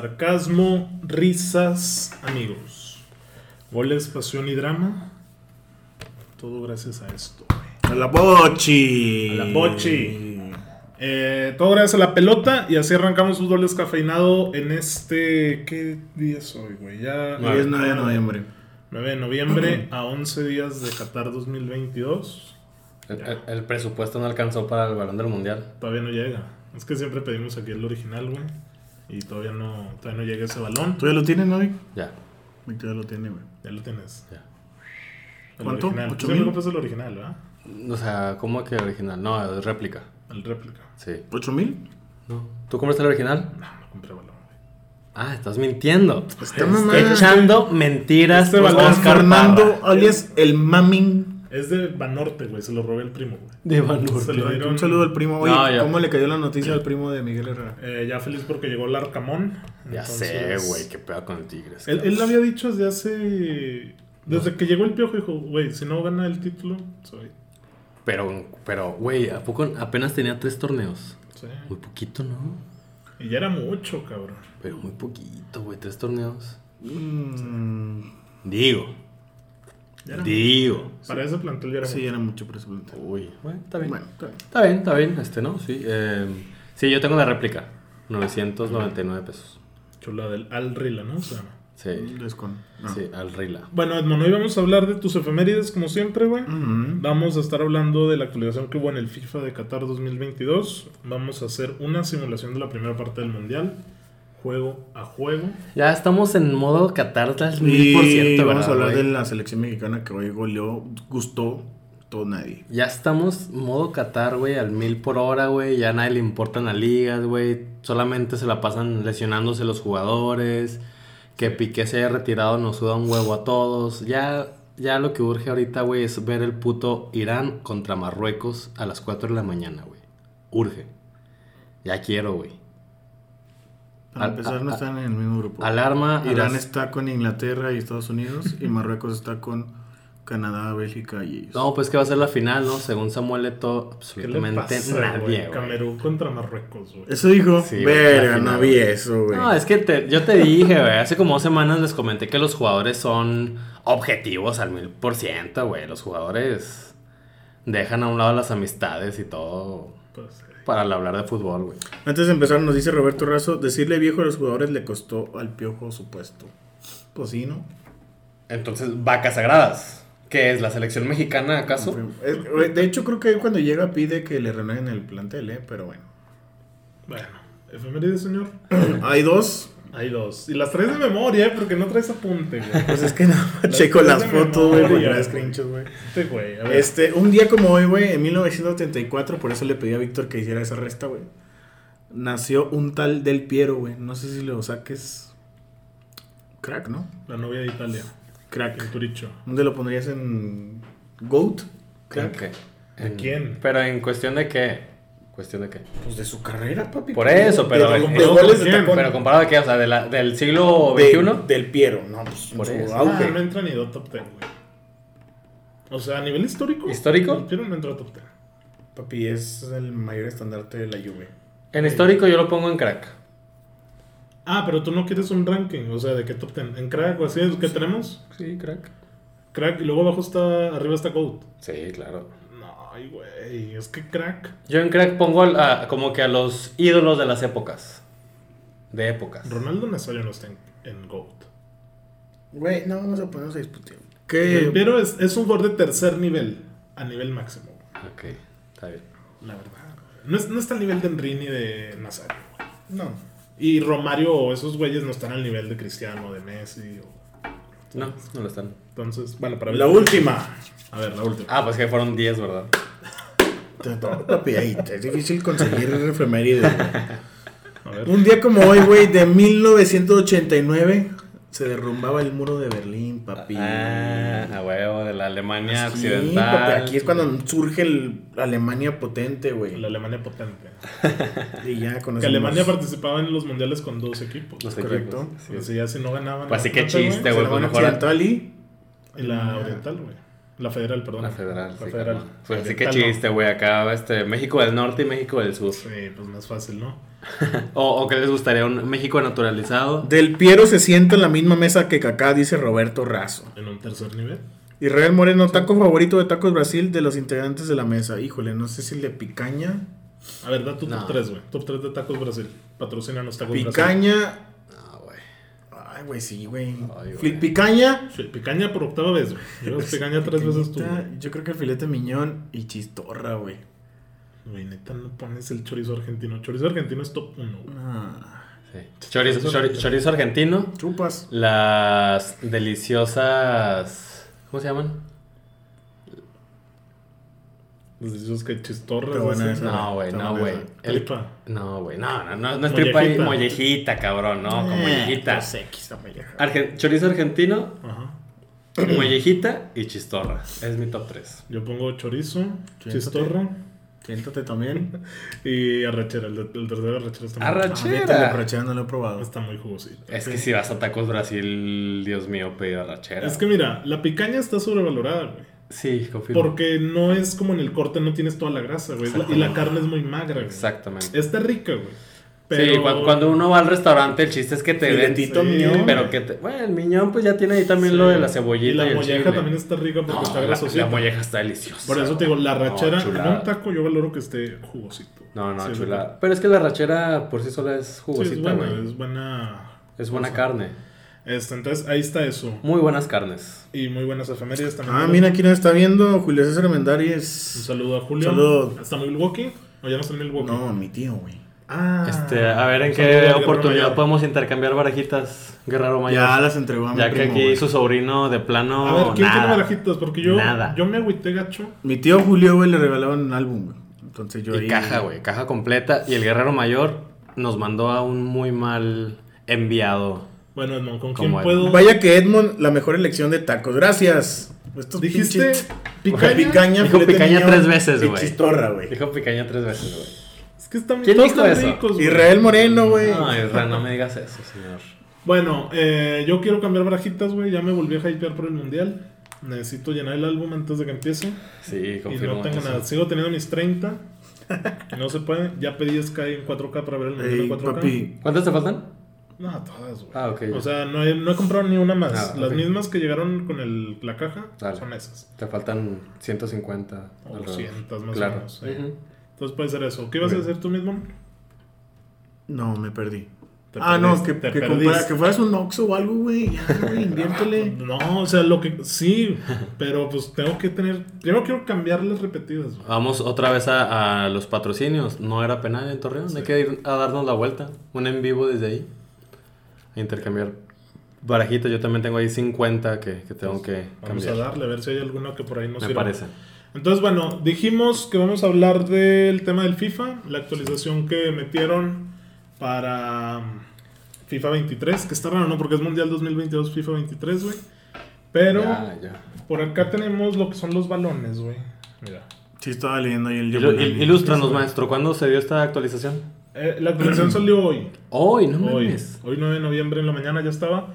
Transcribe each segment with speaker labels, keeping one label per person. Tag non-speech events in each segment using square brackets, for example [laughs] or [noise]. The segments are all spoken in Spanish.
Speaker 1: Sarcasmo, risas, amigos. Goles, pasión y drama. Todo gracias a esto.
Speaker 2: A la bochi.
Speaker 1: A la bochi. Eh, todo gracias a la pelota y así arrancamos fútbol descafeinado en este... ¿Qué día es hoy, güey? Ya...
Speaker 2: 9 de noviembre.
Speaker 1: 9 de noviembre a 11 días de Qatar 2022.
Speaker 3: El, el- el presupuesto no alcanzó para el balón del mundial.
Speaker 1: Todavía no llega. Es que siempre pedimos aquí el original, güey. Y todavía no, todavía no llega ese balón.
Speaker 2: ¿Tú ya lo tienes, Novi?
Speaker 3: Ya.
Speaker 2: Vic ya lo tiene, güey.
Speaker 1: Ya lo tienes.
Speaker 3: Ya.
Speaker 1: El
Speaker 2: ¿Cuánto?
Speaker 1: original.
Speaker 2: ¿Ocho
Speaker 1: Siempre
Speaker 2: mil?
Speaker 1: compras el original, ¿verdad?
Speaker 3: O sea, ¿cómo que original? No, es réplica.
Speaker 1: El réplica.
Speaker 3: Sí.
Speaker 2: ¿Ocho mil?
Speaker 3: No. ¿Tú compraste el original?
Speaker 1: No, no compré balón, güey.
Speaker 3: Ah, estás mintiendo.
Speaker 2: Está
Speaker 3: Echando mentiras
Speaker 1: Este
Speaker 3: por
Speaker 1: balón
Speaker 3: Oscar
Speaker 2: este Fernando,
Speaker 3: Parra.
Speaker 2: alias el Mamin.
Speaker 1: Es de Banorte, güey. Se lo robé al primo, güey.
Speaker 3: De Van Urte.
Speaker 1: Se lo dieron.
Speaker 2: Un saludo al primo. Oye,
Speaker 3: No, ya.
Speaker 2: ¿cómo le cayó la noticia al primo de Miguel Herrera?
Speaker 1: Eh, ya feliz porque llegó el Arcamón.
Speaker 3: Ya sé,
Speaker 1: Entonces,
Speaker 3: güey, qué pedo con el Tigres.
Speaker 1: Él, él lo había dicho desde hace. Desde que llegó el piojo, dijo, güey, si no gana el título, soy.
Speaker 3: Pero, pero, güey, ¿a poco apenas tenía tres torneos?
Speaker 1: Sí.
Speaker 3: Muy poquito, ¿no?
Speaker 1: Y ya era mucho, cabrón.
Speaker 3: Pero muy poquito, güey, tres torneos.
Speaker 2: Mm,
Speaker 3: Digo.
Speaker 1: Ya era
Speaker 3: Digo.
Speaker 1: Para ese plantel ya era
Speaker 2: sí, era mucho presupuesto.
Speaker 3: Uy. Bueno, está bien.
Speaker 2: Bueno, está bien.
Speaker 3: Está bien, está bien, este, ¿no? Sí, eh, sí, yo tengo la réplica. 999 pesos.
Speaker 1: mucho. Chula del Al Rila, ¿no? O sea,
Speaker 3: Sí,
Speaker 2: Descon. No.
Speaker 3: sí, al Rila.
Speaker 1: bueno, Edmond, hoy vamos a hablar de tus efemérides, como siempre, güey.
Speaker 2: Mm.
Speaker 1: Vamos a estar hablando de la actualización que hubo en el FIFA de Qatar 2022. Vamos a hacer una simulación de la primera parte del Mundial, juego a juego.
Speaker 3: Ya estamos en modo Qatar al
Speaker 2: Y
Speaker 3: 1000%,
Speaker 2: vamos a
Speaker 3: ¿verdad,
Speaker 2: hablar
Speaker 3: güey?
Speaker 2: de la selección mexicana que hoy goleó, gustó, todo nadie.
Speaker 3: Ya estamos modo Qatar, güey, al mil por hora, güey. Ya a nadie le importan las ligas, güey. Solamente se la pasan lesionándose los jugadores. Que Piqué se haya retirado nos suda un huevo a todos. Ya, ya lo que urge ahorita, güey, es ver el puto Irán contra Marruecos a las 4 de la mañana, güey. Urge. Ya quiero, güey.
Speaker 2: Para
Speaker 3: Al-
Speaker 2: empezar,
Speaker 3: a-
Speaker 2: no
Speaker 3: a-
Speaker 2: están en el mismo grupo.
Speaker 3: Alarma. a
Speaker 2: Irán
Speaker 3: las-
Speaker 2: está con Inglaterra y Estados Unidos y Marruecos está con Canadá, Bélgica y ellos.
Speaker 3: No, pues que va a ser la final, ¿no? Según Samuel Leto,
Speaker 1: ¿Qué le
Speaker 3: absolutamente
Speaker 1: pasa, güey?
Speaker 3: nadie, güey.
Speaker 1: Camerún contra Marruecos, güey.
Speaker 2: Eso dijo.
Speaker 3: Sí, güey,
Speaker 2: Verga,
Speaker 3: la
Speaker 2: no
Speaker 3: final.
Speaker 2: vi eso, güey.
Speaker 3: No, es que te- yo te dije, güey, hace como dos semanas les comenté que los jugadores son objetivos al mil por ciento, güey. Los jugadores dejan a un lado las amistades y todo
Speaker 1: Pues, eh,
Speaker 3: para el hablar de fútbol, güey.
Speaker 2: Antes de empezar, nos dice Roberto Razo: decirle viejo a los jugadores le costó al piojo su puesto. Pues sí, ¿no?
Speaker 3: Entonces, vacas sagradas. ¿Qué es? ¿La selección mexicana acaso?
Speaker 2: Eh, güey, De hecho, creo que él cuando llega pide que le renueven el plantel, ¿eh? Pero bueno.
Speaker 1: bueno, efemérides, señor.
Speaker 2: Hay
Speaker 3: [laughs]
Speaker 2: dos.
Speaker 1: Hay dos. Y las traes de memoria, ¿eh? porque no traes apunte, güey.
Speaker 2: Pues es que nada más [laughs] checo
Speaker 1: Las
Speaker 2: las
Speaker 1: tres de
Speaker 2: fotos, güey, porque
Speaker 1: memoria,
Speaker 2: las
Speaker 1: güey.
Speaker 2: screenshots, güey.
Speaker 1: Este, güey. A ver.
Speaker 2: Este, un día como hoy, güey, en 1974, por eso le pedí a Víctor que hiciera esa resta, güey. Nació un tal Del Piero, güey. No sé si lo saques. Crack, ¿no?
Speaker 1: La novia de Italia.
Speaker 2: Crack.
Speaker 1: El Turicho.
Speaker 2: ¿Dónde lo pondrías en Goat? Crack.
Speaker 1: ¿De quién?
Speaker 3: Pero en cuestión de qué. ¿Cuestión de qué?
Speaker 2: Pues de su carrera, papi.
Speaker 3: Por eso, pero.
Speaker 2: De, de
Speaker 3: eh,
Speaker 2: goles de
Speaker 1: ¿quién?
Speaker 2: tacón.
Speaker 3: Pero comparado a qué, o sea, de la- del siglo
Speaker 2: De-
Speaker 3: XXI.
Speaker 2: Del Piero, no, pues
Speaker 3: Por
Speaker 2: en su
Speaker 3: eso.
Speaker 1: Ah,
Speaker 2: auge.
Speaker 1: no entra ni de top 10, güey. O sea, a nivel histórico.
Speaker 3: ¿Histórico?
Speaker 1: El Tiro no entra a top 10.
Speaker 3: Ah.
Speaker 2: Papi, es el mayor estandarte de la Juve.
Speaker 3: En histórico yo lo pongo en crack.
Speaker 1: Ah, pero tú no quieres un ranking. O sea, ¿de qué top 10? ¿En crack o así es lo que tenemos?
Speaker 3: Sí, crack.
Speaker 1: Crack. Y luego abajo está. Arriba está Goat.
Speaker 3: Sí, claro.
Speaker 1: No, ay, güey. Es que crack.
Speaker 3: Yo en crack pongo al- a- como que a los ídolos de las épocas. De épocas.
Speaker 1: Ronaldo Nazario no está en, en Goat.
Speaker 2: Güey, no vamos a ponernos a discutir.
Speaker 1: El
Speaker 2: ¿Qué?
Speaker 1: Piero Eh, es, es un jugador de tercer nivel. A nivel máximo, güey.
Speaker 3: Ok, está bien.
Speaker 1: La verdad. güey. No, es- no está al nivel de Henry ni de Nazario, güey.
Speaker 2: No.
Speaker 1: Y Romario o esos güeyes no están al nivel de Cristiano, de Messi. o-
Speaker 3: No, no lo están.
Speaker 1: Entonces, bueno, para
Speaker 2: La última.
Speaker 1: A ver, la última.
Speaker 3: Ah, pues que fueron 10, ¿verdad?
Speaker 2: Papi, ahí es difícil conseguir efemérides. güey.
Speaker 1: A ver.
Speaker 2: Un día como hoy, güey, de 1989, se derrumbaba el muro de Berlín, papi.
Speaker 3: Ah, a huevo, de la Alemania
Speaker 2: Pues Sí,
Speaker 3: occidental.
Speaker 2: papi, aquí es cuando surge el- la Alemania potente, güey.
Speaker 1: La Alemania potente.
Speaker 2: Y ya con
Speaker 1: Que Alemania participaba en los mundiales con dos equipos.
Speaker 3: Los
Speaker 2: Correcto.
Speaker 3: equipos, sí.
Speaker 1: Pero si ya si no ganaban.
Speaker 3: Pues así que
Speaker 1: imagínate,
Speaker 3: chiste,
Speaker 1: güey.
Speaker 3: güey,
Speaker 2: Alemania
Speaker 3: mejor-
Speaker 2: occidental y
Speaker 1: Y la oriental, güey. La federal, perdón.
Speaker 3: Mm. La federal.
Speaker 1: La
Speaker 3: sí,
Speaker 1: federal.
Speaker 3: cabrón. Pues así que
Speaker 1: Oriental, no.
Speaker 3: chiste, güey. Acá, este, México del Norte y México del Sur.
Speaker 1: Sí, pues más fácil, ¿no?
Speaker 3: O, o que les gustaría un México naturalizado.
Speaker 2: Del Piero se sienta en la misma mesa que Kaká, dice Roberto Razo.
Speaker 1: En un tercer nivel.
Speaker 2: Israel Moreno, taco favorito de Tacos Brasil de los integrantes de la mesa. Híjole, no sé si le picaña.
Speaker 1: A ver, da tu
Speaker 3: No.
Speaker 1: top 3, güey. Top 3 de Tacos Brasil. Patrocínanos Tacos Brasil.
Speaker 2: Picaña.
Speaker 3: No, Ah, güey.
Speaker 2: Ay, güey, sí, güey.
Speaker 3: Ay, güey.
Speaker 2: Fli- Picaña.
Speaker 1: Sí, Picaña por octava vez,
Speaker 3: [laughs]
Speaker 1: güey. Llevas picaña tres veces tú.
Speaker 2: Picañita,
Speaker 1: güey.
Speaker 2: Yo creo que filete miñón y chistorra, güey.
Speaker 1: Güey, neta, no pones el chorizo argentino. Chorizo argentino es top 1, güey.
Speaker 2: Ah,
Speaker 3: Sí. Chorizo, chori- chorizo argentino.
Speaker 2: chupas.
Speaker 3: Las deliciosas. ¿Cómo se llaman?
Speaker 1: Los deliciosos Pues que chistorras.
Speaker 2: Pero bueno,
Speaker 1: así.
Speaker 2: esa-
Speaker 3: No, güey,
Speaker 2: está
Speaker 3: no,
Speaker 2: buena
Speaker 3: güey.
Speaker 2: esa.
Speaker 3: El-
Speaker 1: Tripa.
Speaker 3: No, güey, no, no, no, no es tripa ahí,
Speaker 1: Mollejita.
Speaker 3: mollejita, cabrón, no,
Speaker 1: Eh,
Speaker 3: con mollejita.
Speaker 2: Pues X, la molleja.
Speaker 3: Argen- chorizo argentino, [clears throat]
Speaker 1: Ajá.
Speaker 3: mollejita y chistorra. Es mi top 3.
Speaker 1: Yo pongo chorizo,
Speaker 2: Siéntate.
Speaker 1: chistorra [laughs]
Speaker 2: Siéntate también.
Speaker 1: y arrachera. El, de- el tercero arrachera está muy-
Speaker 3: Arra-
Speaker 2: Ah,
Speaker 3: Chera.
Speaker 2: fíjate, la arrachera no lo he probado.
Speaker 1: Está muy jugosito.
Speaker 3: Es que si vas a Tacos Brasil, Dios mío, pedido arrachera.
Speaker 1: Es que mira, la picaña está sobrevalorada, güey.
Speaker 3: Sí, confirmo.
Speaker 1: Porque no es como en el corte, no tienes toda la grasa, güey. Y la carne es muy magra, güey.
Speaker 3: Exactamente.
Speaker 1: Está rica, güey.
Speaker 3: Sí, cuan- cuando uno va al restaurante, el chiste es que te den...
Speaker 2: Filetito
Speaker 1: Sí,
Speaker 2: miñón.
Speaker 3: Pero que te... Bueno, el miñón pues ya tiene ahí también
Speaker 1: Sí.
Speaker 3: lo de la cebollita
Speaker 1: Y
Speaker 3: y,
Speaker 1: la
Speaker 3: el
Speaker 1: molleja
Speaker 3: chile.
Speaker 1: también está rica porque
Speaker 3: No,
Speaker 1: está
Speaker 3: la- la,
Speaker 1: grasosita.
Speaker 3: molleja está deliciosa.
Speaker 1: Por eso te digo, la
Speaker 3: güey.
Speaker 1: rachera
Speaker 3: No, chulada.
Speaker 1: en un taco yo valoro que esté jugosito.
Speaker 3: No, no,
Speaker 1: Sí, es
Speaker 3: chulada.
Speaker 1: rico.
Speaker 3: Pero es que la rachera por sí sola es
Speaker 1: Sí, es
Speaker 3: jugosita, güey.
Speaker 1: buena,
Speaker 3: es,
Speaker 1: es buena.
Speaker 3: buena carne.
Speaker 1: Este, entonces, ahí está eso.
Speaker 3: Muy buenas carnes.
Speaker 1: Y muy buenas efemérides también.
Speaker 2: Ah, mira quién nos está viendo. Julio César
Speaker 1: Un
Speaker 2: Armendáriz.
Speaker 1: saludo a Julio.
Speaker 2: Saludo.
Speaker 1: ¿Hasta Milwaukee? ¿O ya no está en Milwaukee?
Speaker 2: No, mi tío, güey.
Speaker 1: Ah.
Speaker 3: Este, a ver en
Speaker 1: un saludo a
Speaker 3: qué
Speaker 1: Guerrero
Speaker 3: oportunidad
Speaker 1: Mayor.
Speaker 3: podemos intercambiar barajitas, Guerrero Mayor.
Speaker 2: Ya
Speaker 3: Ya,
Speaker 2: las entregó a mi
Speaker 3: que
Speaker 2: primo,
Speaker 3: aquí
Speaker 2: güey.
Speaker 3: su sobrino de plano.
Speaker 1: A ver, ¿quién
Speaker 3: nada.
Speaker 1: tiene barajitas? Porque yo,
Speaker 3: Nada.
Speaker 1: yo me agüité gacho.
Speaker 2: Mi tío Julio, güey, le regalaron un álbum, güey. Entonces yo
Speaker 3: Y
Speaker 2: ahí-
Speaker 3: caja, güey, caja completa. Y el Guerrero Mayor nos mandó a un muy mal enviado.
Speaker 1: Bueno, Edmond, ¿con quién
Speaker 3: Como el-
Speaker 1: puedo?
Speaker 2: Vaya que Edmond, la mejor elección de tacos. Gracias. Estos
Speaker 1: Dijiste
Speaker 2: pinches-
Speaker 1: picaña.
Speaker 2: picaña,
Speaker 3: Dijo
Speaker 2: filete
Speaker 3: picaña
Speaker 2: miñón
Speaker 3: tres veces,
Speaker 2: y
Speaker 3: güey.
Speaker 2: Chistorra, güey.
Speaker 3: Dijo picaña tres veces, güey.
Speaker 1: Es que están,
Speaker 3: ¿Quién
Speaker 1: todos
Speaker 3: dijo
Speaker 1: están
Speaker 3: eso?
Speaker 1: ricos, güey.
Speaker 2: Israel Moreno, güey.
Speaker 1: Ah,
Speaker 3: No, Israel, no me digas eso, señor.
Speaker 1: Bueno, eh, yo quiero cambiar barajitas, güey. Ya me volví a hypear por el mundial. Necesito llenar el álbum antes de que empiece.
Speaker 3: Sí,
Speaker 1: Y
Speaker 3: confirmo.
Speaker 1: no tengo
Speaker 3: eso.
Speaker 1: nada. Sigo teniendo mis 30. No se puede. Ya pedí Sky en 4K para ver el mundial
Speaker 2: Ey,
Speaker 1: en 4K.
Speaker 2: papi.
Speaker 3: ¿Cuántas te faltan?
Speaker 1: No, todas, güey.
Speaker 3: Ah, ok.
Speaker 1: O sea, no he, no he comprado ni una más.
Speaker 3: Ah,
Speaker 1: Las
Speaker 3: ok.
Speaker 1: mismas que llegaron con el, la caja
Speaker 3: Dale.
Speaker 1: son esas.
Speaker 3: Te faltan 150.
Speaker 1: O
Speaker 3: alrededor.
Speaker 1: 200 Oh, más o
Speaker 3: claro.
Speaker 1: menos, sí.
Speaker 3: Ujú.
Speaker 1: Entonces puede ser eso. ¿Qué ibas a
Speaker 3: Ok.
Speaker 1: hacer tú mismo?
Speaker 2: No, me perdí.
Speaker 1: Te
Speaker 2: ah, no,
Speaker 1: perdiste,
Speaker 2: que,
Speaker 1: te
Speaker 2: que
Speaker 1: perdiste.
Speaker 2: compra- que fueras un Oxxo o algo, güey. Ya, güey, inviértele.
Speaker 1: No, o sea, lo que. Sí, pero pues tengo que tener. Primero quiero cambiar las repetidas, güey.
Speaker 3: Vamos otra vez a, a los patrocinios. No era penal en Torreón. Hay que ir a darnos la vuelta. Un en vivo desde ahí. A intercambiar barajitas. Yo también tengo ahí 50 que, que tengo que
Speaker 1: Vamos
Speaker 3: cambiar.
Speaker 1: a darle a ver si hay alguna que por ahí nos
Speaker 3: Me
Speaker 1: sirva.
Speaker 3: parece.
Speaker 1: Entonces, bueno, dijimos que vamos a hablar del tema del FIFA, la actualización que metieron para mm, FIFA 23, que está raro, ¿no? Porque es Mundial 2022, FIFA 23, güey. Pero
Speaker 3: Ya, ya.
Speaker 1: por acá tenemos lo que son los balones, güey. Mira.
Speaker 2: Sí, estaba leyendo ahí el
Speaker 3: Ilu-
Speaker 2: Yopolani.
Speaker 3: il- ilústranos, maestro. ¿Cuándo se dio esta actualización?
Speaker 1: Eh, la
Speaker 3: [clears throat]
Speaker 1: actualización salió hoy.
Speaker 3: Hoy, no
Speaker 1: Hoy,
Speaker 3: mames.
Speaker 1: hoy 9 de noviembre en la mañana ya estaba.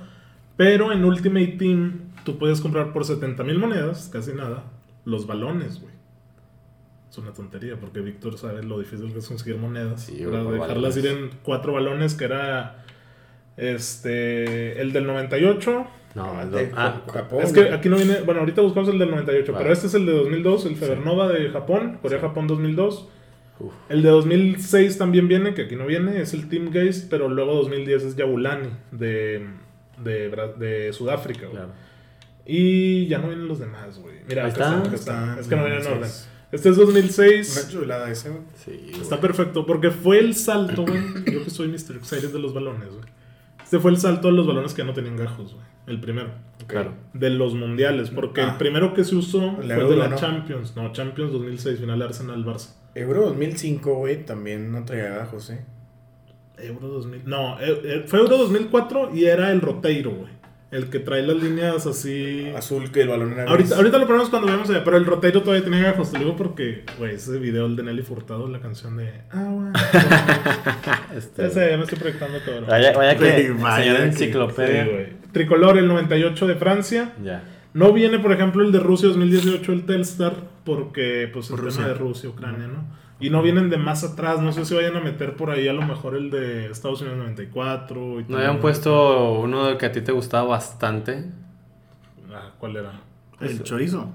Speaker 1: Pero en Ultimate Team tú puedes comprar por 70 mil monedas, casi nada, los balones, güey. Es una tontería porque Víctor sabe lo difícil que es conseguir monedas.
Speaker 3: Sí,
Speaker 1: Era
Speaker 3: güey, por
Speaker 1: dejarlas
Speaker 3: balones.
Speaker 1: ir en cuatro balones que era este el del 98.
Speaker 3: No,
Speaker 2: Ah,
Speaker 3: el
Speaker 2: de
Speaker 3: do- ah,
Speaker 2: Japón,
Speaker 1: es que
Speaker 2: güey.
Speaker 1: aquí no viene, bueno, ahorita buscamos el del 98,
Speaker 3: Vale.
Speaker 1: pero este es el de 2002, el Febernova de Japón, Corea-Japón 2002.
Speaker 3: Uf.
Speaker 1: El de 2006 también viene, que aquí no viene, es el Team Gaze, pero luego 2010 es Yabulani de, de, Bra- de Sudáfrica. güey.
Speaker 3: claro.
Speaker 1: Y ya no vienen los demás, güey. Mira,
Speaker 3: Ahí
Speaker 1: acá están,
Speaker 3: está.
Speaker 1: acá están. Es que no vienen en orden.
Speaker 2: Entonces,
Speaker 1: Este es 2006.
Speaker 2: Una chulada ese, güey.
Speaker 3: Sí,
Speaker 1: Está
Speaker 3: güey.
Speaker 1: perfecto, porque fue el salto,
Speaker 2: [clears throat]
Speaker 1: güey. Yo que soy Mr. Excited de los balones, güey. Este fue el salto de los balones que no tenían gajos, güey. El primero.
Speaker 3: Claro.
Speaker 1: De los mundiales, porque
Speaker 2: Ah.
Speaker 1: el primero que se usó
Speaker 2: El
Speaker 1: fue el
Speaker 2: Euro,
Speaker 1: de la
Speaker 2: ¿no?
Speaker 1: Champions. No, Champions 2006, final Arsenal-Barça.
Speaker 2: Euro 2005, güey, también no traía gajos, eh.
Speaker 1: Euro 2000. No, eh, eh, fue Euro 2004 y era el roteiro, güey. El que trae las líneas así.
Speaker 2: Azul que el balón era
Speaker 1: Ahorita,
Speaker 2: gris.
Speaker 1: ahorita lo ponemos cuando veamos, eh, pero el roteiro todavía tenía gajos. Te lo digo porque, güey, ese video el de Nelly Furtado, la canción de. Ah,
Speaker 3: [laughs]
Speaker 1: bueno.
Speaker 3: Este-
Speaker 1: ya sé, ya me estoy proyectando, cabrón.
Speaker 3: Vaya, vaya que.
Speaker 2: Sí, vaya
Speaker 3: señor
Speaker 2: que-
Speaker 1: Sí,
Speaker 3: enciclopedia.
Speaker 1: güey. Tricolor, el 98 de Francia.
Speaker 3: ya.
Speaker 1: No viene, por ejemplo, el de Rusia 2018, el Telstar, porque pues el
Speaker 2: Por
Speaker 1: tema
Speaker 2: Rusia.
Speaker 1: de Rusia, Ucrania, ¿no? Y no vienen de más atrás, no sé si vayan a meter por ahí a lo mejor el de Estados Unidos 94. y
Speaker 3: ¿No
Speaker 1: todo,
Speaker 3: habían puesto uno del que a ti te gustaba bastante?
Speaker 1: Ah, ¿Cuál era?
Speaker 2: El chorizo.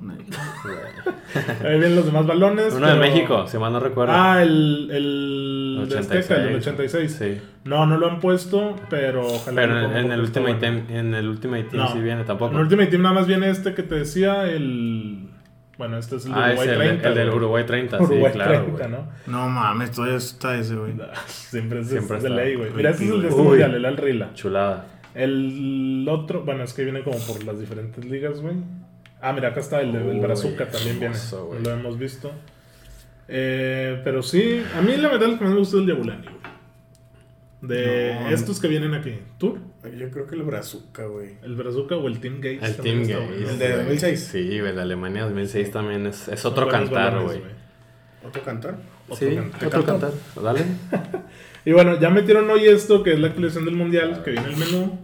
Speaker 1: Ahí vienen los demás balones.
Speaker 3: Uno de
Speaker 1: pero-
Speaker 3: México, si mal no recuerdo.
Speaker 1: Ah, el, el de Azteca, el del 86.
Speaker 3: Sí.
Speaker 1: No, no lo han puesto, pero ojalá.
Speaker 3: Pero
Speaker 1: que
Speaker 3: en,
Speaker 1: pongan
Speaker 3: en el
Speaker 1: porque está
Speaker 3: Ultimate
Speaker 1: bueno.
Speaker 3: Team, en el Ultimate Team
Speaker 1: No.
Speaker 3: sí viene tampoco.
Speaker 1: En el Ultimate Team nada más viene este que te decía, el. Bueno, este es el de
Speaker 3: ah, es
Speaker 1: Uruguay
Speaker 3: el,
Speaker 1: 30.
Speaker 3: el del
Speaker 1: güey.
Speaker 3: Uruguay 30,
Speaker 1: Uruguay
Speaker 3: sí, claro.
Speaker 1: 30,
Speaker 3: güey.
Speaker 1: ¿no? [laughs]
Speaker 2: No mames, todavía está ese, güey.
Speaker 1: Siempre es
Speaker 3: Siempre
Speaker 1: es de
Speaker 3: está.
Speaker 1: ley, güey. Mira, este es el de este
Speaker 3: Uy.
Speaker 1: mundial, el Al Rila.
Speaker 3: Chulada.
Speaker 1: El otro, bueno, es que viene como por las diferentes ligas, güey. Ah, mira, acá está el de el
Speaker 3: Uy,
Speaker 1: Brazuca también viene.
Speaker 3: hermoso, güey.
Speaker 1: Lo hemos visto. Eh, pero sí, a mí la verdad el que más me gusta es el Yabulani, güey. De
Speaker 2: No, no.
Speaker 1: estos que vienen aquí. ¿Tú?
Speaker 2: Yo creo que el brazuca, güey.
Speaker 1: ¿El Brazuca o el Team Gates?
Speaker 3: El
Speaker 1: también
Speaker 3: Team
Speaker 1: está
Speaker 3: Games.
Speaker 1: bueno.
Speaker 2: El de
Speaker 3: güey.
Speaker 2: 2006.
Speaker 3: Sí, güey, el de Alemania 2006 también es, es
Speaker 1: Son
Speaker 3: otro
Speaker 1: buenos
Speaker 3: cantar,
Speaker 1: balones,
Speaker 3: güey.
Speaker 2: ¿Otro cantar?
Speaker 1: Otro
Speaker 3: Sí,
Speaker 1: cantar.
Speaker 3: otro cantar. Dale.
Speaker 1: Y bueno, ya metieron hoy esto, que es la actualización del mundial, que viene el menú.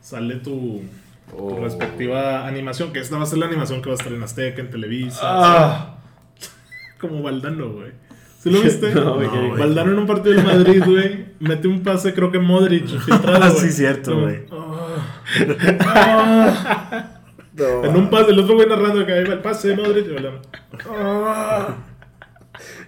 Speaker 1: Sale tu, tu
Speaker 3: Oh.
Speaker 1: respectiva animación, que esta va a ser la animación que va a estar en Azteca, en Televisa. Como Valdano, güey. ¿Sí [laughs] lo viste?
Speaker 3: No,
Speaker 2: güey, qué-
Speaker 1: Valdano en un partido del Madrid, güey. Mete un pase, creo que Modric. [laughs] filtrado,
Speaker 2: Ah,
Speaker 1: güey.
Speaker 2: sí, cierto,
Speaker 1: No.
Speaker 2: güey.
Speaker 1: Ah. Ah. En un pase, el otro güey narrando que ahí va el pase, Modric. Y Valdano. Ah.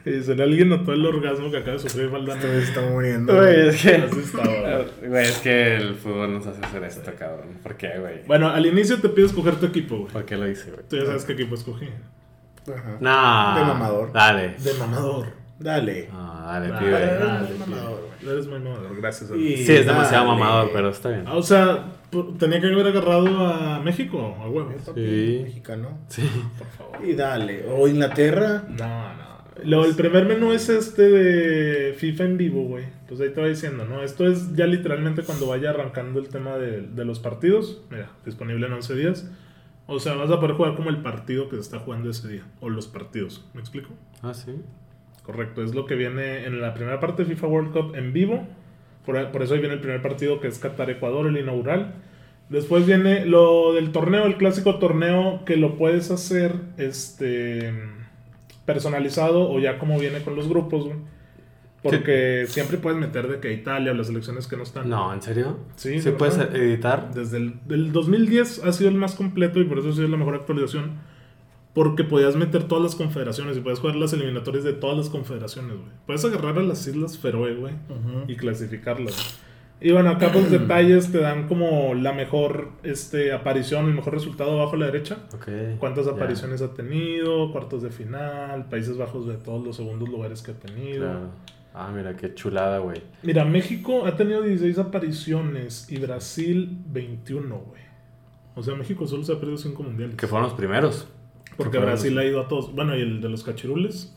Speaker 1: Y dicen, alguien notó el orgasmo que acaba de sufrir Valdano.
Speaker 2: Este güey está muriendo.
Speaker 3: Güey, es que.
Speaker 1: [laughs] Así estaba, güey.
Speaker 3: Güey, es que el fútbol nos hace hacer esto, cabrón. ¿Por qué, güey?
Speaker 1: Bueno, al inicio te pide escoger tu equipo, güey.
Speaker 3: ¿Por qué lo hice, güey?
Speaker 1: Tú ya sabes qué equipo escogí.
Speaker 2: Ajá.
Speaker 3: No.
Speaker 2: De mamador.
Speaker 3: Dale.
Speaker 1: De mamador.
Speaker 2: Dale.
Speaker 3: No, dale,
Speaker 1: Ah,
Speaker 3: pibe.
Speaker 1: dale,
Speaker 2: Ah,
Speaker 1: pibe.
Speaker 2: mamador, güey.
Speaker 1: No eres muy mamador, gracias.
Speaker 2: Y-
Speaker 1: Sí.
Speaker 3: Sí, es demasiado
Speaker 2: Dale.
Speaker 3: mamador, pero está bien.
Speaker 1: Ah, o sea, pu- tenía que haber agarrado a México, a huevo.
Speaker 3: Sí.
Speaker 2: Mexicano.
Speaker 3: Sí.
Speaker 1: Por favor.
Speaker 2: Y dale. O Inglaterra.
Speaker 1: No, no. Lo, el primer menú es este de FIFA en vivo, güey. Pues ahí te va diciendo, ¿no? Esto es ya literalmente cuando vaya arrancando el tema de, de los partidos. Mira, disponible en 11 días. O sea, vas a poder jugar como el partido que se está jugando ese día. O los partidos. ¿Me explico?
Speaker 3: Ah, sí.
Speaker 1: Correcto, es lo que viene en la primera parte de FIFA World Cup en vivo. Por, por eso ahí viene el primer partido que es Qatar-Ecuador, el inaugural. Después viene lo del torneo, el clásico torneo que lo puedes hacer este personalizado o ya como viene con los grupos, güey. Porque siempre puedes meter de que Italia o las elecciones que no están.
Speaker 3: No, ¿en serio?
Speaker 1: Sí,
Speaker 3: ¿Sí
Speaker 1: de
Speaker 3: puedes
Speaker 1: verdad.
Speaker 3: editar?
Speaker 1: Desde el del 2010 ha sido el más completo y por eso ha sido la mejor actualización. Porque podías meter todas las confederaciones y podías jugar las eliminatorias de todas las confederaciones, güey. Puedes agarrar a las Islas Feroe, güey, y clasificarlas. güey. Y bueno, acá
Speaker 3: [clears throat]
Speaker 1: los detalles te dan como la mejor este, aparición, el mejor resultado abajo a la derecha.
Speaker 3: Okay.
Speaker 1: ¿Cuántas
Speaker 3: ya.
Speaker 1: apariciones ha tenido? Cuartos de final, Países Bajos de todos los segundos lugares que ha tenido.
Speaker 3: Claro. Ah, mira, qué chulada, güey.
Speaker 1: Mira, México ha tenido 16 apariciones y Brasil 21, güey. O sea, México solo se ha perdido 5 mundiales.
Speaker 3: Que fueron los primeros.
Speaker 1: Porque
Speaker 3: que fueron
Speaker 1: Brasil
Speaker 3: los-
Speaker 1: ha ido a todos. Bueno, y el de los cachirules.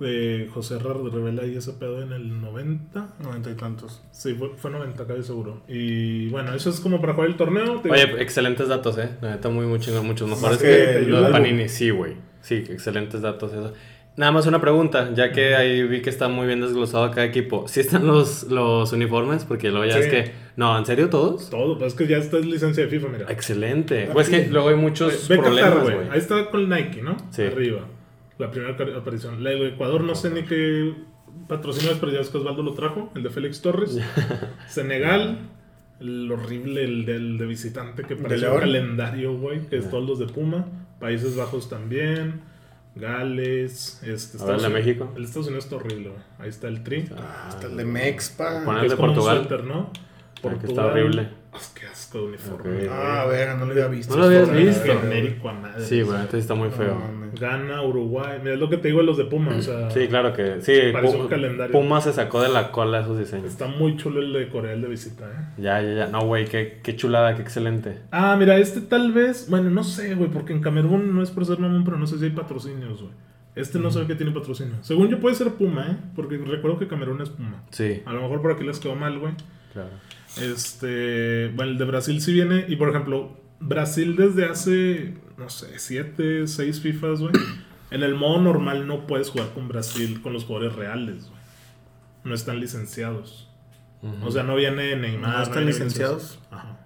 Speaker 1: De José Herrera revela ahí ese pedo en el 90.
Speaker 2: Noventa y tantos.
Speaker 1: Sí, fue, fue 90, casi seguro. Y bueno, eso es como para jugar el torneo. Te-
Speaker 3: Oye, excelentes datos, eh. La neta, muy, muy chingón, muchos mejores
Speaker 2: que
Speaker 3: que,
Speaker 2: el
Speaker 3: los de
Speaker 2: álbum.
Speaker 3: Panini. Sí, güey. Sí, excelentes datos, eso. Nada más una pregunta, ya que ahí vi que está muy bien desglosado cada equipo. ¿Sí están los, los uniformes? Porque luego ya
Speaker 1: Sí.
Speaker 3: es que. No, ¿en serio todos?
Speaker 1: Todo, pues es que ya esta es licencia de FIFA, mira.
Speaker 3: Excelente. Pues es que luego hay muchos
Speaker 1: Ve Qatar,
Speaker 3: problemas,
Speaker 1: güey. Ahí
Speaker 3: güey.
Speaker 1: está con Nike, ¿no?
Speaker 3: Sí.
Speaker 1: Arriba. La primera car- aparición. La de Ecuador, no sé ni qué patrocinio es, pero ya es que Osvaldo lo trajo. El de Félix
Speaker 3: [laughs]
Speaker 1: Torres. Senegal. El horrible, el del de visitante que parece un
Speaker 2: León?
Speaker 1: calendario, güey. Que es
Speaker 3: Ah.
Speaker 1: todos los de Puma. Países Bajos también. Gales. Este,
Speaker 3: A ver, la México.
Speaker 1: El Estados Unidos está horrible, güey. Ahí está el Tri.
Speaker 2: Hasta el de Mexpa.
Speaker 3: Pon-
Speaker 1: que
Speaker 3: el Ah, de
Speaker 1: es como un
Speaker 3: Portugal.
Speaker 1: suéter, ¿no?
Speaker 3: Ah, que está horrible.
Speaker 1: Ah, qué asco de uniforme.
Speaker 3: Ok.
Speaker 1: güey.
Speaker 2: Ah, verga, no lo había visto.
Speaker 3: No lo habías
Speaker 2: Ah,
Speaker 3: visto.
Speaker 1: Genérico a madre.
Speaker 3: Sí, güey, entonces está muy feo.
Speaker 2: No mames.
Speaker 1: Gana, Uruguay. Mira, es lo que te digo de los de Puma. O sea,
Speaker 3: Mm. Sí, claro que sí.
Speaker 1: Parece
Speaker 3: Pu-
Speaker 1: un calendario.
Speaker 3: Puma se sacó de la cola esos diseños.
Speaker 1: está muy chulo el de Corea, el de visita, ¿eh?
Speaker 3: Ya, ya, ya. No, güey, qué, qué chulada, qué excelente.
Speaker 1: Ah, mira, este tal vez. Bueno, no sé, güey, porque en Camerún no es por ser mamón, pero no sé si hay patrocinios, güey. Este
Speaker 3: Mm.
Speaker 1: no sé qué tiene patrocinio. Según yo, puede ser Puma, ¿eh? Porque recuerdo que Camerún es Puma.
Speaker 3: Sí,
Speaker 1: A lo mejor por aquí les quedó mal, güey.
Speaker 3: claro.
Speaker 1: Este. Bueno, el de Brasil sí viene. Y por ejemplo, Brasil desde hace. No sé, 7, 6 FIFAs, güey. [clears throat] En el modo normal no puedes jugar con Brasil con los jugadores reales, güey. No están licenciados.
Speaker 3: Ujú.
Speaker 1: O sea, no viene Neymar.
Speaker 2: ¿No están
Speaker 1: viene Vinicius.
Speaker 2: licenciados?
Speaker 1: Ajá.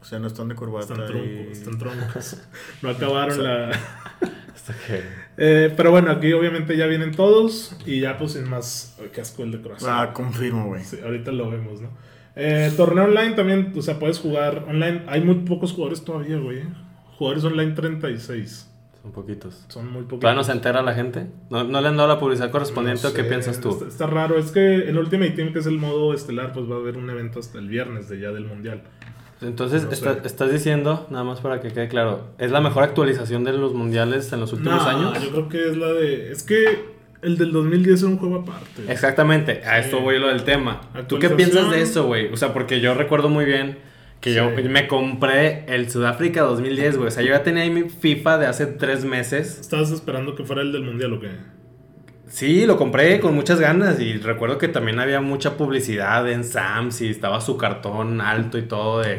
Speaker 2: O sea, no están de corbata.
Speaker 1: Están
Speaker 2: y-
Speaker 1: troncos, están troncos.
Speaker 2: [laughs]
Speaker 1: No acabaron la...
Speaker 3: Hasta Este que-
Speaker 1: [laughs] Eh, pero bueno, aquí obviamente ya vienen todos y ya pues sin más... Ay, qué asco el de Croacia.
Speaker 2: Ah, confirmo, güey.
Speaker 1: Sí, ahorita lo vemos, ¿no? Eh, torneo online también, o sea, puedes jugar online. Hay muy pocos jugadores todavía, güey. ¿eh? Jugadores online 36.
Speaker 3: Son poquitos.
Speaker 1: Son muy pocos.
Speaker 3: ¿Todavía no se entera la gente? ¿No, no le han dado la publicidad correspondiente
Speaker 1: No
Speaker 3: o qué
Speaker 1: sé,
Speaker 3: piensas
Speaker 1: Está,
Speaker 3: tú?
Speaker 1: está raro. Es que el Ultimate Team, que es el modo estelar, pues va a haber un evento hasta el viernes de ya del mundial.
Speaker 3: Entonces,
Speaker 1: este, no
Speaker 3: está-
Speaker 1: sé.
Speaker 3: estás diciendo, nada más para que quede claro, ¿es la mejor actualización de los mundiales en los últimos
Speaker 1: No,
Speaker 3: años?
Speaker 1: Yo creo que es la de. Es que el del 2010 era un juego aparte.
Speaker 3: Exactamente, a esto
Speaker 1: Sí.
Speaker 3: voy lo del tema. ¿Tú qué
Speaker 1: Actualización.
Speaker 3: piensas de eso, güey? O sea, porque yo recuerdo muy bien que yo
Speaker 1: Sí.
Speaker 3: me compré el Sudáfrica 2010, güey. O sea, yo ya tenía ahí mi FIFA de hace tres meses.
Speaker 1: ¿Estabas esperando que fuera el del mundial o qué?
Speaker 3: Sí, lo compré con muchas ganas y recuerdo que también había mucha publicidad en Sams y estaba su cartón alto y todo de